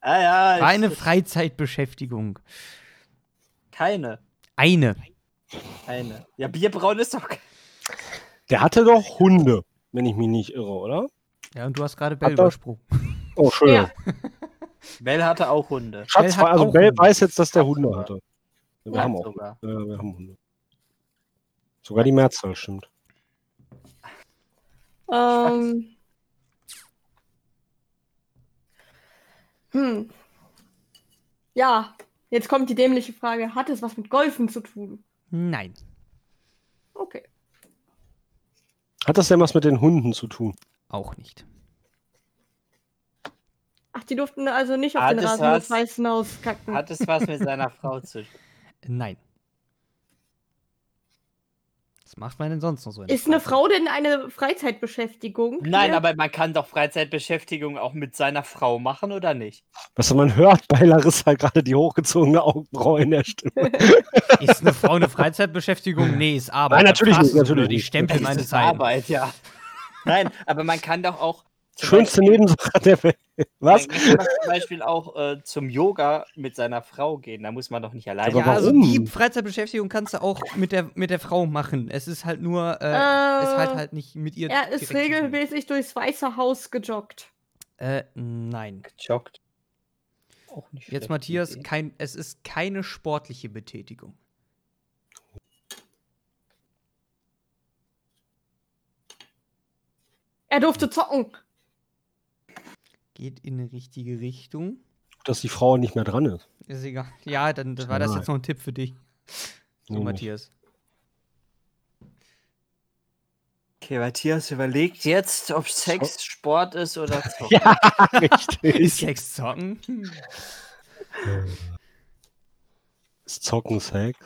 Speaker 1: Ah ja,
Speaker 3: war
Speaker 1: ich-
Speaker 3: eine Freizeitbeschäftigung.
Speaker 1: keine.
Speaker 3: Eine.
Speaker 1: Eine. Ja, Bierbrauen ist doch.
Speaker 4: Der hatte doch Hunde, wenn ich mich nicht irre, oder?
Speaker 3: Ja, und du hast gerade Bell
Speaker 4: Hat er-
Speaker 3: übersprungen.
Speaker 4: Oh, schön.
Speaker 2: Ja.
Speaker 1: Bell hatte auch Hunde.
Speaker 3: Bell
Speaker 4: Schatz,
Speaker 3: hat
Speaker 4: also
Speaker 3: auch
Speaker 4: Bell
Speaker 3: Hunde.
Speaker 4: weiß jetzt, dass der Hunde hatte. Ja, wir
Speaker 1: Hat
Speaker 4: haben auch.
Speaker 1: sogar.
Speaker 4: Ja, wir haben Hunde. Sogar die Mehrzahl stimmt.
Speaker 2: Ähm. Hm. Ja, jetzt kommt die dämliche Frage: Hat es was mit Golfen zu tun?
Speaker 3: Nein.
Speaker 2: Okay.
Speaker 4: Hat das denn was mit den Hunden zu tun?
Speaker 3: Auch nicht.
Speaker 2: Ach, die durften also nicht auf
Speaker 1: Hat
Speaker 2: den
Speaker 1: es
Speaker 2: Rasen
Speaker 1: was-
Speaker 2: des Weißen Haus kacken.
Speaker 1: Hat es was mit seiner Frau zu tun?
Speaker 3: Nein. Was macht man denn sonst noch so? in der
Speaker 2: Ist eine
Speaker 3: Freizeit?
Speaker 2: Frau denn eine Freizeitbeschäftigung?
Speaker 1: Nein,
Speaker 2: Ja.
Speaker 1: aber man kann doch Freizeitbeschäftigung auch mit seiner Frau machen, oder nicht?
Speaker 4: Was man hört bei Larissa gerade die hochgezogene Augenbraue in der Stimme.
Speaker 3: Ist eine Frau eine Freizeitbeschäftigung? Nee, ist Arbeit.
Speaker 4: Nein, natürlich
Speaker 3: Das
Speaker 4: nicht,
Speaker 3: passt,
Speaker 4: natürlich
Speaker 3: oder Die
Speaker 4: nicht.
Speaker 3: Stempel
Speaker 1: Das
Speaker 3: meine
Speaker 1: ist
Speaker 3: Zeit.
Speaker 1: Arbeit, ja. Nein, aber man kann doch auch. zum
Speaker 4: Schönste
Speaker 1: Beispiel-
Speaker 4: Nebensache der Welt. Was?
Speaker 1: Man kann doch zum Beispiel auch äh, zum Yoga mit seiner Frau gehen. Da muss man doch nicht alleine.
Speaker 4: Aber
Speaker 3: Ja, also
Speaker 4: warum?
Speaker 3: die Freizeitbeschäftigung kannst du auch mit der, mit der Frau machen. Es ist halt nur, äh, es halt halt nicht mit ihr.
Speaker 2: Er Oh. ist
Speaker 3: direkt zu tun.
Speaker 2: regelmäßig durchs Weiße Haus gejoggt.
Speaker 3: Äh, nein.
Speaker 1: gejoggt. Auch nicht
Speaker 3: Jetzt
Speaker 1: schlecht,
Speaker 3: Matthias,
Speaker 1: Idee.
Speaker 3: kein, es ist keine sportliche Betätigung.
Speaker 2: Er durfte zocken.
Speaker 3: Geht in eine richtige Richtung.
Speaker 4: Dass die Frau nicht mehr dran ist.
Speaker 3: Ist egal. Ja, dann war das
Speaker 4: Nein. Oh.
Speaker 3: jetzt noch ein Tipp für dich. So,
Speaker 4: Nee,
Speaker 3: Matthias.
Speaker 1: Okay, Matthias überlegt jetzt, ob Sex Sport ist oder Zocken.
Speaker 3: Ist
Speaker 4: Richtig.
Speaker 3: Sex zocken? Hm.
Speaker 4: Ist Zocken Sex?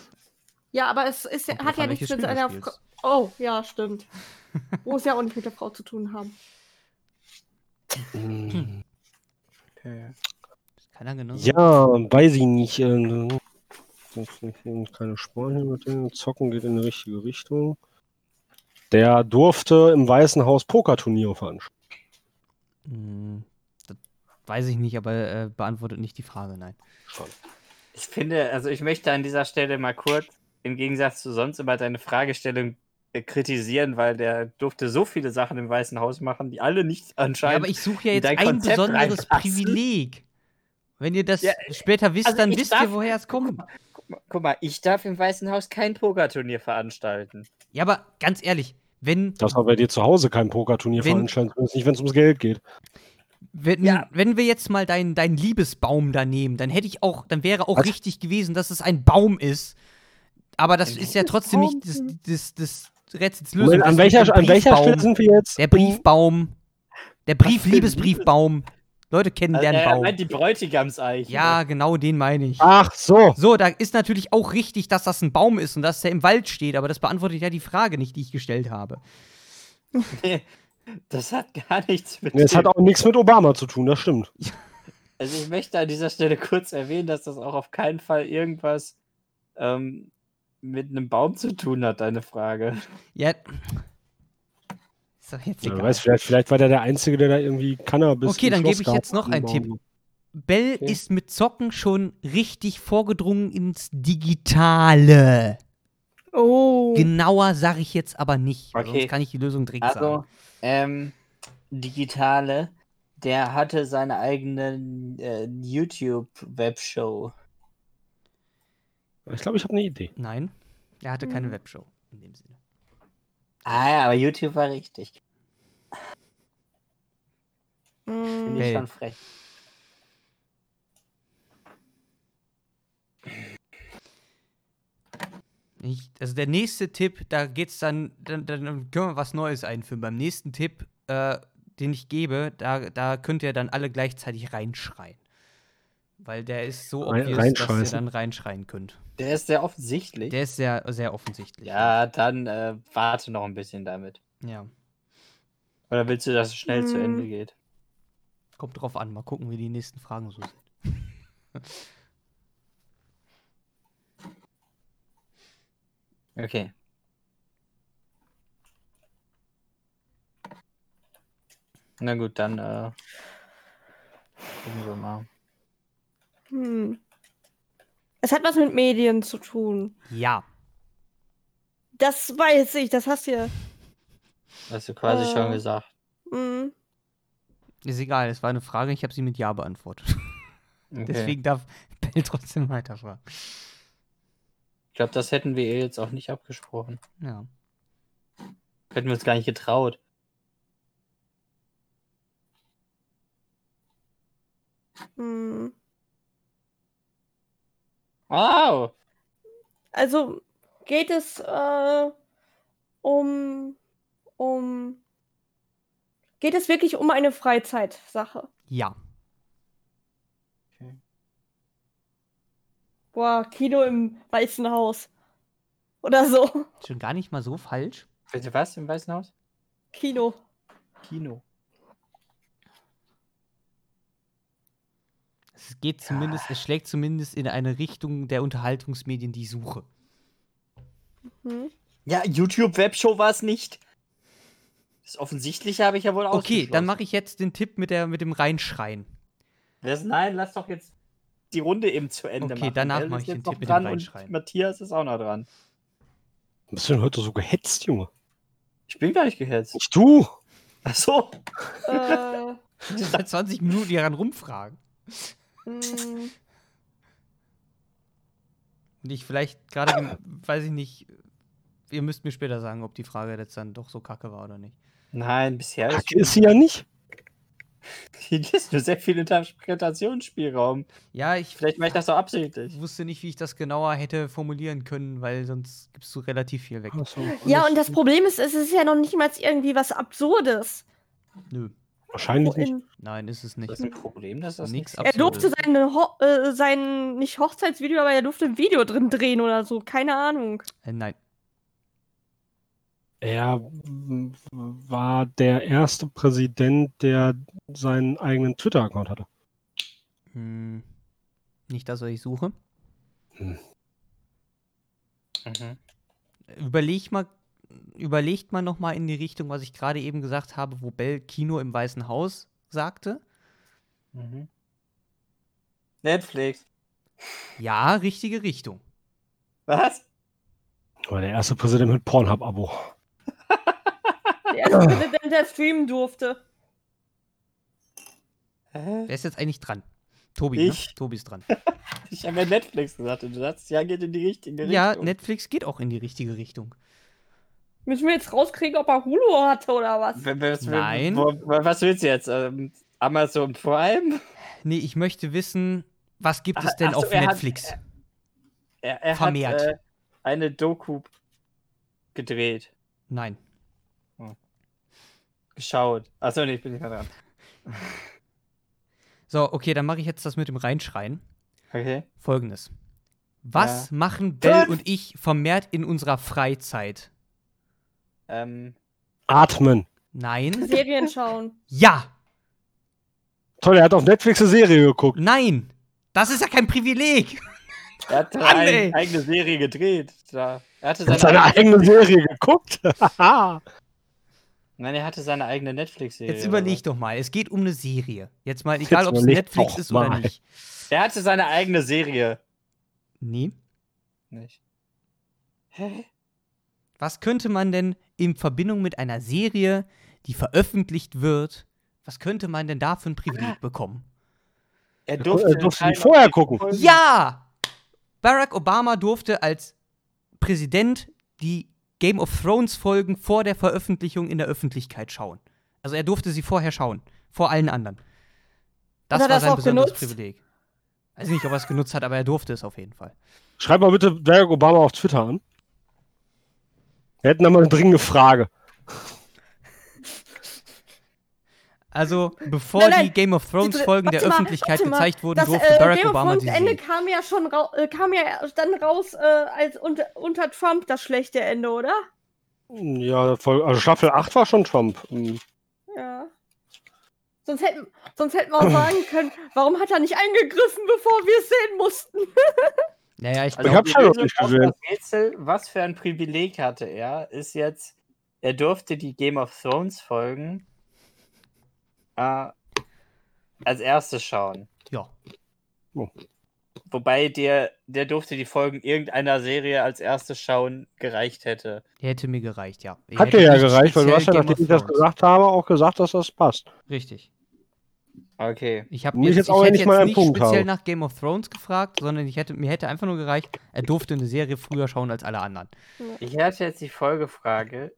Speaker 2: Ja, aber es ist, ja-
Speaker 3: Kommt
Speaker 2: hat
Speaker 3: drauf
Speaker 2: ja
Speaker 3: an,
Speaker 2: nichts
Speaker 3: welches
Speaker 2: mit
Speaker 3: Spiel du
Speaker 2: seiner Frau.
Speaker 3: spielst.
Speaker 2: Oh, ja, stimmt. Muss ja auch nicht mit der Frau zu tun haben.
Speaker 4: Hm.
Speaker 1: Okay.
Speaker 3: Keiner genau.
Speaker 4: Ja, weiß ich nicht. äh, das ist Keine Sporthintergründe. Zocken geht in die richtige Richtung. Der durfte im Weißen Haus Pokerturniere veranstalten.
Speaker 3: Hm, das weiß ich nicht, aber äh, beantwortet nicht die Frage, nein.
Speaker 1: Ich finde, also ich möchte an dieser Stelle mal kurz, im Gegensatz zu sonst immer deine Fragestellung äh, kritisieren, weil der durfte so viele Sachen im Weißen Haus machen, die alle nicht
Speaker 3: Ja,
Speaker 1: anscheinend.
Speaker 3: aber ich suche
Speaker 1: in
Speaker 3: ja jetzt
Speaker 1: dein
Speaker 3: ein
Speaker 1: Konzept
Speaker 3: besonderes
Speaker 1: reinpassen.
Speaker 3: Privileg. Wenn ihr das
Speaker 1: Ja,
Speaker 3: später wisst,
Speaker 1: also
Speaker 3: dann
Speaker 1: ich
Speaker 3: wisst
Speaker 1: darf-
Speaker 3: ihr, woher es kommt.
Speaker 1: Guck mal- Guck mal, ich darf im Weißen Haus kein Pokerturnier veranstalten.
Speaker 3: Ja, aber ganz ehrlich, wenn,
Speaker 4: Darfst aber bei dir zu Hause kein Pokerturnier
Speaker 3: Wenn-
Speaker 4: veranstalten, zumindest nicht, wenn es ums Geld geht.
Speaker 3: wenn,
Speaker 1: Ja.
Speaker 3: wenn wir jetzt mal deinen deinen Liebesbaum da nehmen, dann hätte ich auch, dann wäre auch
Speaker 4: Was?
Speaker 3: richtig gewesen, dass es ein Baum ist. Aber das ist ja trotzdem nicht das,
Speaker 2: Liebesbaum.
Speaker 3: das, das Rätsels Lösung.
Speaker 4: Moment,
Speaker 3: Das
Speaker 4: an
Speaker 3: ist
Speaker 4: welcher,
Speaker 3: ein
Speaker 4: an welcher
Speaker 3: Briefbaum.
Speaker 4: Stelle sind wir jetzt?
Speaker 3: Der Briefbaum. Der Brief,
Speaker 1: für ein
Speaker 3: Liebesbriefbaum. Leute kennen
Speaker 1: Also,
Speaker 3: deren
Speaker 1: er
Speaker 3: Baum.
Speaker 1: meint die Ah. Bräutigamseiche.
Speaker 3: Ja, genau den meine ich.
Speaker 4: Ach so.
Speaker 3: So, da ist natürlich auch richtig, dass das ein Baum ist und dass der im Wald steht, aber das beantwortet ja die Frage nicht, die ich gestellt habe.
Speaker 1: Das hat gar nichts mit.
Speaker 4: Nee, Es
Speaker 1: dem-
Speaker 4: hat auch nichts mit Obama zu tun, das stimmt.
Speaker 1: Also ich möchte an dieser Stelle kurz erwähnen, dass das auch auf keinen Fall irgendwas ähm, mit einem Baum zu tun hat, deine Frage.
Speaker 3: Ja. Ist doch jetzt
Speaker 4: Wer
Speaker 3: egal.
Speaker 4: weiß, vielleicht, vielleicht war der der Einzige, der da irgendwie Cannabis.
Speaker 3: Okay,
Speaker 4: im
Speaker 3: dann
Speaker 4: Schloss
Speaker 3: gebe ich
Speaker 4: gehabt
Speaker 3: jetzt noch
Speaker 4: hat.
Speaker 3: einen Tipp. Bell
Speaker 4: Okay.
Speaker 3: ist mit Zocken schon richtig vorgedrungen ins Digitale. Genau.
Speaker 2: Oh.
Speaker 3: Genauer sage ich jetzt aber nicht, weil
Speaker 1: Okay.
Speaker 3: sonst kann ich die Lösung direkt
Speaker 1: Also,
Speaker 3: sagen.
Speaker 1: ähm, Digitale, der hatte seine eigene äh, YouTube-Webshow.
Speaker 4: Ich glaube, ich habe eine Idee.
Speaker 3: Nein, er hatte keine
Speaker 2: Hm.
Speaker 3: Webshow in dem Sinne.
Speaker 1: Ah ja, aber YouTube war richtig. Bin
Speaker 2: Mm.
Speaker 1: ich
Speaker 3: Hey.
Speaker 1: schon frech.
Speaker 3: Ich, also der nächste Tipp, da geht's dann, dann, dann können wir was Neues einführen. Beim nächsten Tipp, äh, den ich gebe, da, da könnt ihr dann alle gleichzeitig reinschreien. Weil der ist so
Speaker 4: Rein-
Speaker 3: obvious, dass ihr
Speaker 4: reinscheißen.
Speaker 3: dann reinschreien könnt.
Speaker 1: Der ist sehr offensichtlich.
Speaker 3: Der ist sehr, sehr offensichtlich.
Speaker 1: ja, dann äh, warte noch ein bisschen damit.
Speaker 3: Ja.
Speaker 1: Oder willst du, dass es schnell zu
Speaker 2: Mm.
Speaker 1: Ende geht?
Speaker 3: Kommt drauf an. Mal gucken, wie die nächsten Fragen so sind.
Speaker 1: Okay. Na gut, dann äh, gucken wir mal.
Speaker 2: Hm. Es hat was mit Medien zu tun.
Speaker 3: Ja.
Speaker 2: Das weiß ich, das hast du ja.
Speaker 1: Hast du quasi schon
Speaker 2: Äh.
Speaker 1: gesagt.
Speaker 2: Mm.
Speaker 3: Ist egal, es war eine Frage, ich habe sie mit Ja beantwortet.
Speaker 1: Okay.
Speaker 3: Deswegen darf Bell trotzdem weiterfragen.
Speaker 1: Ich glaube, das hätten wir ihr jetzt auch nicht abgesprochen.
Speaker 3: Ja.
Speaker 1: Hätten wir uns gar nicht getraut.
Speaker 2: Mm.
Speaker 1: Wow!
Speaker 2: Also geht es äh, um, um. Geht es wirklich um eine Freizeitsache?
Speaker 3: Ja.
Speaker 2: Boah, Kino im Weißen Haus. oder so.
Speaker 3: Schon gar nicht mal so falsch.
Speaker 1: Bitte was im Weißen Haus?
Speaker 2: Kino.
Speaker 1: Kino.
Speaker 3: Es geht zumindest, es schlägt zumindest in eine Richtung der Unterhaltungsmedien, die ich suche.
Speaker 2: Hm?
Speaker 1: Ja, YouTube-Webshow war es nicht. Das Offensichtliche habe ich ja wohl auch.
Speaker 3: Okay, dann mache ich jetzt den Tipp mit, der, mit dem Reinschreien.
Speaker 1: Nein, lass doch jetzt die Runde eben zu Ende
Speaker 3: Okay,
Speaker 1: machen.
Speaker 3: danach
Speaker 1: Mel ist
Speaker 3: mache ich
Speaker 1: jetzt
Speaker 3: den
Speaker 1: noch
Speaker 3: Tipp mit dem
Speaker 1: dran und
Speaker 3: Reinschreien.
Speaker 1: Matthias ist auch noch dran.
Speaker 4: Bist du denn heute so gehetzt, Junge?
Speaker 1: Ich bin gar nicht gehetzt.
Speaker 4: Nicht du!
Speaker 1: Ach so.
Speaker 2: äh,
Speaker 3: Seit 20 Minuten hier ran rumfragen.
Speaker 2: mh,
Speaker 3: Und ich vielleicht gerade, gem- weiß ich nicht, ihr müsst mir später sagen, ob die Frage jetzt dann doch so kacke war oder nicht.
Speaker 1: Nein, bisher ist,
Speaker 4: Kacke ist sie ja nicht.
Speaker 1: hier ist nur sehr viel Interpretationsspielraum.
Speaker 3: Ja, ich
Speaker 1: Vielleicht mache ich das auch absichtlich.
Speaker 3: wusste nicht, wie ich das genauer hätte formulieren können, weil sonst gibst du relativ viel weg.
Speaker 2: ja, und das Problem ist, es ist ja noch nicht mal irgendwie was Absurdes. Oh,
Speaker 3: Nö,
Speaker 4: Wahrscheinlich nicht.
Speaker 2: In,
Speaker 3: nein, ist es
Speaker 1: Das
Speaker 3: nicht.
Speaker 1: ist ein Problem, dass das
Speaker 3: Nix
Speaker 1: nichts
Speaker 2: er
Speaker 3: Absurdes.
Speaker 2: durfte seine Ho äh, sein, nicht Hochzeitsvideo, aber er durfte ein Video drin drehen oder so. Keine Ahnung.
Speaker 3: Äh, nein.
Speaker 4: Er mm, war der erste Präsident, der seinen eigenen Twitter-Account hatte.
Speaker 3: Hm. Nicht das, was ich suche.
Speaker 1: Mhm.
Speaker 3: Überleg mal, überlegt mal nochmal in die Richtung, was ich gerade eben gesagt habe, wo Bell Kino im Weißen Haus sagte.
Speaker 1: Mhm. Netflix.
Speaker 3: Ja, richtige Richtung.
Speaker 1: Was?
Speaker 4: War der erste Präsident mit Pornhub-Abo.
Speaker 2: Der erste Präsident, der streamen durfte.
Speaker 1: Hä?
Speaker 3: Wer ist jetzt eigentlich dran? Tobi,
Speaker 1: Ich.
Speaker 3: ne? Tobi ist dran.
Speaker 1: Ich habe ja Netflix gesagt und du sagst, ja, geht in die richtige Richtung.
Speaker 3: Ja, Netflix geht auch in die richtige Richtung.
Speaker 2: Müssen wir jetzt rauskriegen, ob er Hulu hatte oder was?
Speaker 1: W- w- Was, w-
Speaker 3: Nein.
Speaker 1: Wo, wo- was willst du jetzt? Ähm, Amazon Prime?
Speaker 3: Nee, ich möchte wissen, was gibt es
Speaker 1: Ah, Ach-
Speaker 3: denn
Speaker 1: ach so,
Speaker 3: auf
Speaker 1: er hat-
Speaker 3: Netflix?
Speaker 1: Er, er hat
Speaker 3: Vermehrt.
Speaker 1: äh, eine Doku gedreht,
Speaker 3: Nein.
Speaker 1: geschaut. Achso, nee, ich bin nicht mehr dran.
Speaker 3: So, okay, dann mache ich jetzt das mit dem Reinschreien.
Speaker 1: Okay.
Speaker 3: Folgendes. Was machen Bell und ich vermehrt in unserer Freizeit?
Speaker 1: Ähm,
Speaker 4: Atmen.
Speaker 3: Nein.
Speaker 2: Serien schauen.
Speaker 3: Ja.
Speaker 4: Toll, er hat auf Netflix eine Serie geguckt.
Speaker 3: Nein. Das ist ja kein Privileg.
Speaker 1: er hat
Speaker 3: Mann, ey.
Speaker 1: eine eigene Serie gedreht. Da. Er hatte
Speaker 4: Er
Speaker 1: seine,
Speaker 4: hat seine
Speaker 1: eigene,
Speaker 4: eigene Serie geguckt. Haha.
Speaker 1: e- nein, er hatte seine eigene Netflix-Serie.
Speaker 3: Jetzt
Speaker 1: oder
Speaker 3: überleg doch mal. Es geht um eine Serie. Jetzt mal, egal ob es
Speaker 4: überleg
Speaker 3: Netflix
Speaker 4: doch
Speaker 3: ist oder
Speaker 4: mal.
Speaker 3: nicht.
Speaker 1: was? Er hatte seine eigene Serie.
Speaker 3: Nee.
Speaker 1: Nicht. Hä?
Speaker 3: Was könnte man denn in Verbindung mit einer Serie, die veröffentlicht wird, was könnte man denn da für ein Privileg bekommen?
Speaker 1: Er
Speaker 4: durfte die
Speaker 1: entscheiden,
Speaker 4: vorher
Speaker 1: ob die
Speaker 4: gucken.
Speaker 1: Folgen-
Speaker 3: Ja! Barack Obama durfte als Präsident die Game of Thrones Folgen vor der Veröffentlichung in der Öffentlichkeit schauen. Also er durfte sie vorher schauen, vor allen anderen. Das
Speaker 2: Hat er
Speaker 3: war
Speaker 2: das
Speaker 3: sein
Speaker 2: auch
Speaker 3: besonderes
Speaker 2: genutzt?
Speaker 3: Privileg. Weiß nicht, ob er es genutzt hat, aber er durfte es auf jeden Fall.
Speaker 4: Schreib mal bitte Barack Obama auf Twitter an. Wir hätten da mal eine dringende Frage.
Speaker 3: Also, bevor
Speaker 2: Nein, nein,
Speaker 3: die Game of Thrones
Speaker 2: dr-
Speaker 3: Folgen der
Speaker 2: warte mal,
Speaker 3: Öffentlichkeit
Speaker 2: warte mal,
Speaker 3: gezeigt wurden,
Speaker 2: Das
Speaker 3: durfte
Speaker 2: äh,
Speaker 3: Barack
Speaker 2: Game of
Speaker 3: Obama
Speaker 2: Thrones
Speaker 3: sie
Speaker 2: Ende
Speaker 3: sehen.
Speaker 2: kam ja schon rau äh, kam ja dann raus äh, als unter, unter Trump das schlechte Ende, oder?
Speaker 4: Ja, voll, also Staffel 8 war schon Trump. Hm.
Speaker 2: Ja. Sonst hätten, sonst hätten wir auch sagen können, warum hat er nicht eingegriffen, bevor wir es sehen mussten?
Speaker 3: Naja, ich
Speaker 4: Ich
Speaker 3: glaube,
Speaker 4: hab
Speaker 1: Also um die
Speaker 4: Sherlock
Speaker 1: Lösung
Speaker 4: nicht
Speaker 1: auf
Speaker 4: gesehen.
Speaker 1: das Rätsel, was für ein Privileg hatte er, ist jetzt, er durfte die Game of Thrones Folgen äh, als erstes schauen.
Speaker 3: ja.
Speaker 4: Oh.
Speaker 1: Wobei der, der durfte die Folgen irgendeiner Serie als erstes schauen gereicht hätte.
Speaker 3: Hätte mir gereicht, ja. Ich
Speaker 4: Hat
Speaker 3: hätte
Speaker 4: dir ja
Speaker 3: nicht
Speaker 4: gereicht, weil du
Speaker 3: speziell
Speaker 4: hast
Speaker 3: Game
Speaker 4: ja,
Speaker 3: of
Speaker 4: nachdem ich das
Speaker 3: Thrones.
Speaker 4: gesagt habe, auch gesagt, dass das passt.
Speaker 3: Richtig.
Speaker 1: Okay.
Speaker 3: Ich habe
Speaker 4: Mich
Speaker 3: jetzt,
Speaker 4: jetzt
Speaker 3: ich
Speaker 4: auch
Speaker 3: hätte
Speaker 4: nicht
Speaker 3: jetzt
Speaker 4: mal einen
Speaker 3: nicht
Speaker 4: Punkt
Speaker 3: speziell
Speaker 4: habe.
Speaker 3: nach Game of Thrones gefragt, sondern ich hätte, mir hätte einfach nur gereicht, er durfte eine Serie früher schauen als alle anderen.
Speaker 1: Ich hatte jetzt die Folgefrage.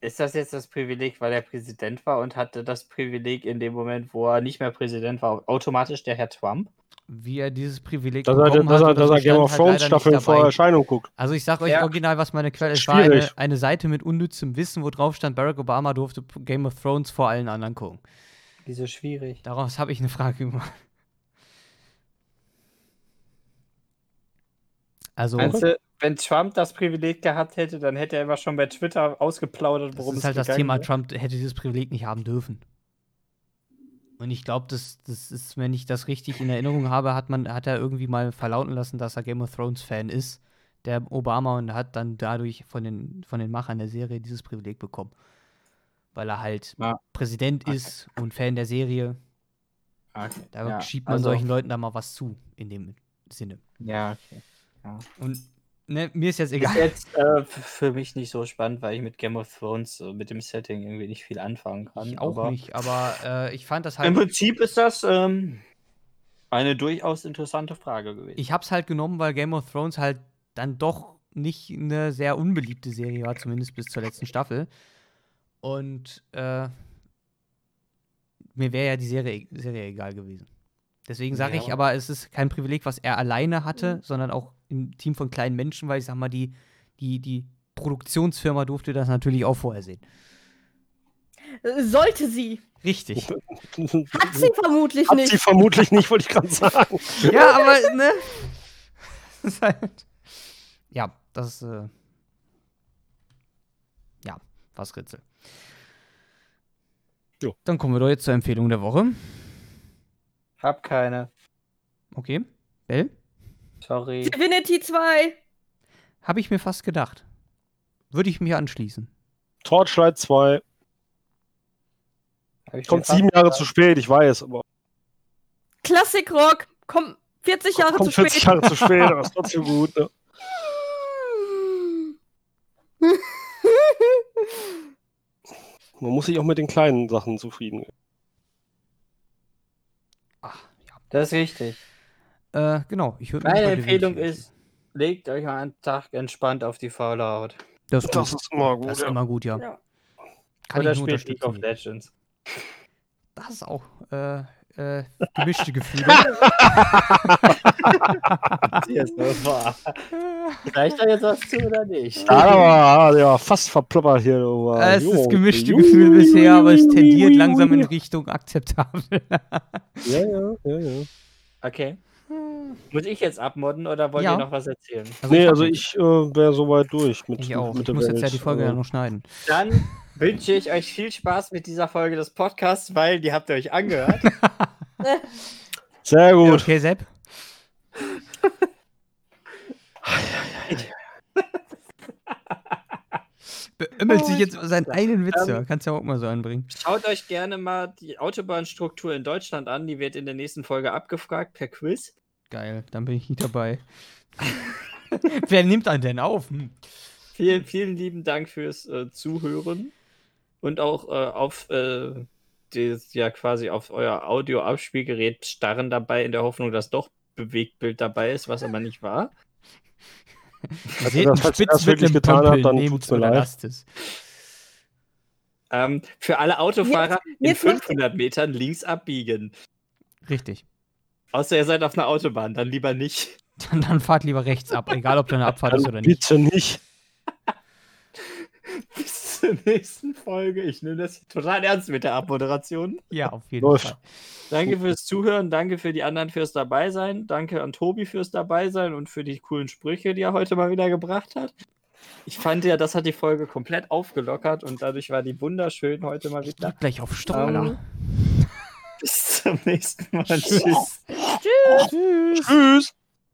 Speaker 1: Ist das jetzt das Privileg, weil er Präsident war und hatte das Privileg in dem Moment, wo er nicht mehr Präsident war, automatisch der Herr Trump?
Speaker 3: Wie er dieses Privileg
Speaker 4: Dass er,
Speaker 3: bekommen
Speaker 4: dass er,
Speaker 3: hat, oder
Speaker 4: dass
Speaker 3: so
Speaker 4: er Game
Speaker 3: stand
Speaker 4: of
Speaker 3: halt
Speaker 4: Thrones
Speaker 3: leider nicht
Speaker 4: Staffeln
Speaker 3: dabei.
Speaker 4: vor Erscheinung guckt.
Speaker 3: Also ich sag euch
Speaker 1: Ja.
Speaker 3: original, was meine Quelle ist. Es war eine,
Speaker 4: Schwierig.
Speaker 3: eine Seite mit unnützem Wissen, wo drauf stand, Barack Obama durfte P- Game of Thrones vor allen anderen gucken.
Speaker 1: Wieso schwierig?
Speaker 3: Daraus habe ich eine Frage gemacht. Also,
Speaker 1: Meinst du, Wenn Trump das Privileg gehabt hätte, dann hätte er immer schon bei Twitter ausgeplaudert,
Speaker 3: Das
Speaker 1: worum
Speaker 3: ist
Speaker 1: es
Speaker 3: halt das
Speaker 1: gegangen
Speaker 3: Thema,
Speaker 1: wäre.
Speaker 3: Trump hätte dieses Privileg nicht haben dürfen. Und ich glaube, das, das ist, wenn ich das richtig in Erinnerung habe, hat man, hat er irgendwie mal verlauten lassen, dass er Game of Thrones-Fan ist, der Obama und hat dann dadurch von den, von den Machern der Serie dieses Privileg bekommen. Weil er halt
Speaker 1: Ja.
Speaker 3: Präsident ist und Fan der Serie.
Speaker 1: Ah, Okay,
Speaker 3: Da
Speaker 1: ja,
Speaker 3: schiebt man
Speaker 1: also-
Speaker 3: solchen Leuten da mal was zu, in dem Sinne.
Speaker 1: Ja, okay.
Speaker 3: Und ne, mir ist jetzt
Speaker 1: Ist
Speaker 3: egal.
Speaker 1: jetzt äh, f- für mich nicht so spannend, weil ich mit Game of Thrones, äh, mit dem Setting irgendwie nicht viel anfangen kann.
Speaker 3: Ich auch
Speaker 1: aber
Speaker 3: nicht, aber äh, ich fand das halt.
Speaker 1: Im Prinzip ist das ähm, eine durchaus interessante Frage gewesen.
Speaker 3: ich hab's halt genommen, weil Game of Thrones halt dann doch nicht eine sehr unbeliebte Serie war, zumindest bis zur letzten Staffel. Und äh, mir wäre ja die Serie, Serie egal gewesen. Deswegen sage
Speaker 1: Ja. Mhm.
Speaker 3: ich aber, es ist kein Privileg, was er alleine hatte, sondern auch im Team von kleinen Menschen, weil ich sag mal, die, die, die Produktionsfirma durfte das natürlich auch vorher sehen.
Speaker 2: Äh, Sollte sie.
Speaker 3: Richtig.
Speaker 2: Hat sie vermutlich
Speaker 4: Hat
Speaker 2: nicht.
Speaker 4: sie vermutlich nicht, wollte ich gerade sagen.
Speaker 3: ja, aber, ne? Das ist halt. Ja, das, äh. Ja, was Ritzel.
Speaker 4: Jo.
Speaker 3: Dann kommen wir doch jetzt zur Empfehlung der Woche.
Speaker 1: Hab keine.
Speaker 3: Okay. Bell?
Speaker 1: Sorry.
Speaker 2: Divinity 2.
Speaker 3: Habe ich mir fast gedacht. Würde ich mich anschließen.
Speaker 4: Torchlight 2
Speaker 1: Hab ich
Speaker 4: kommt
Speaker 1: mir
Speaker 4: sieben
Speaker 1: fast
Speaker 4: Jahre
Speaker 1: gedacht.
Speaker 4: zu spät, ich weiß, aber
Speaker 2: Classic Rock. Komm, 40 Jahre zu
Speaker 4: kommt
Speaker 2: spät.
Speaker 4: 40 Jahre zu spät, aber ist trotzdem gut. Ne? Man muss sich auch mit den kleinen Sachen zufrieden geben.
Speaker 3: Ach,
Speaker 1: Das ist richtig.
Speaker 3: ja. Äh, genau. Ich würde
Speaker 1: Meine Empfehlung ist, legt euch mal einen Tag entspannt auf die faule Haut.
Speaker 3: Das ist,
Speaker 4: Das
Speaker 3: gut.
Speaker 4: ist immer gut.
Speaker 3: Das ist
Speaker 4: ja.
Speaker 3: immer gut, ja.
Speaker 2: Ja.
Speaker 3: Kann
Speaker 1: Oder
Speaker 3: ich nur
Speaker 1: spielt League of
Speaker 3: unterstützen.
Speaker 1: Legends.
Speaker 3: Das ist auch äh, äh, gemischte Gefühle.
Speaker 1: Reicht da jetzt was zu oder nicht?
Speaker 4: Ah, ja, fast verploppert hier. Aber,
Speaker 3: Äh, Es ist
Speaker 4: Junge.
Speaker 3: gemischte
Speaker 4: Junge,
Speaker 3: Gefühl
Speaker 4: Junge,
Speaker 3: bisher, aber es
Speaker 4: Junge,
Speaker 3: tendiert
Speaker 4: Junge,
Speaker 3: langsam in
Speaker 4: Junge.
Speaker 3: Richtung akzeptabel.
Speaker 4: Ja, ja, ja, ja.
Speaker 1: Okay. Muss ich jetzt abmodden oder wollt
Speaker 3: Ja.
Speaker 1: ihr noch was erzählen?
Speaker 4: nee,
Speaker 3: hab
Speaker 4: also
Speaker 3: nichts.
Speaker 4: ich äh, wäre soweit durch mit,
Speaker 3: Ich auch.
Speaker 4: mit
Speaker 3: Ich
Speaker 4: der
Speaker 3: muss jetzt ja
Speaker 4: Welt.
Speaker 3: die Folge ja
Speaker 4: Also,
Speaker 3: noch schneiden.
Speaker 1: Dann wünsche ich euch viel Spaß mit dieser Folge des Podcasts, weil die habt ihr euch angehört.
Speaker 4: Sehr gut.
Speaker 3: Okay, Sepp? Beömmelt sich jetzt seinen eigenen
Speaker 4: Ähm.
Speaker 3: Witz, ja. Kannst ja auch mal so anbringen.
Speaker 1: Schaut euch gerne mal die Autobahnstruktur in Deutschland an. Die wird in der nächsten Folge abgefragt per Quiz.
Speaker 3: Geil, dann bin ich nicht dabei. Wer nimmt einen denn auf? Hm.
Speaker 1: Vielen, vielen lieben Dank fürs äh, Zuhören und auch äh, auf äh, das, ja quasi auf euer Audio-Abspielgerät starren dabei, in der Hoffnung, dass doch Bewegtbild dabei ist, was aber nicht war.
Speaker 3: Ihr seht
Speaker 4: Also das-
Speaker 3: einen
Speaker 4: falls ihr
Speaker 3: Spitz
Speaker 4: das
Speaker 3: mit
Speaker 4: wirklich
Speaker 3: einem
Speaker 4: getan habt,
Speaker 3: Pömpel,
Speaker 4: dann
Speaker 3: nehmt's
Speaker 4: tut's mir
Speaker 3: oder
Speaker 4: leid.
Speaker 3: lasst es.
Speaker 1: Ähm, für alle Autofahrer
Speaker 2: jetzt
Speaker 1: in
Speaker 2: macht-
Speaker 1: 500 Metern links abbiegen.
Speaker 3: Richtig.
Speaker 1: Außer ihr seid auf einer Autobahn, dann lieber nicht.
Speaker 3: Dann, dann fahrt lieber rechts ab, egal ob da eine Abfahrt ist oder
Speaker 4: Dann
Speaker 3: nicht.
Speaker 4: bitte nicht.
Speaker 1: Bis zur nächsten Folge. Ich nehme das total ernst mit der Abmoderation.
Speaker 3: Ja, auf jeden
Speaker 4: Läuft.
Speaker 3: Fall.
Speaker 1: Danke fürs Zuhören, danke für die anderen fürs Dabeisein, danke an Tobi fürs Dabeisein und für die coolen Sprüche, die er heute mal wieder gebracht hat. Ich fand ja, das hat die Folge komplett aufgelockert und dadurch war die wunderschön heute mal
Speaker 3: Ich
Speaker 1: wieder.
Speaker 3: drück gleich auf Strahler.
Speaker 1: Ähm, Bis zum nächsten Mal. Tschüss.
Speaker 4: Tschüss.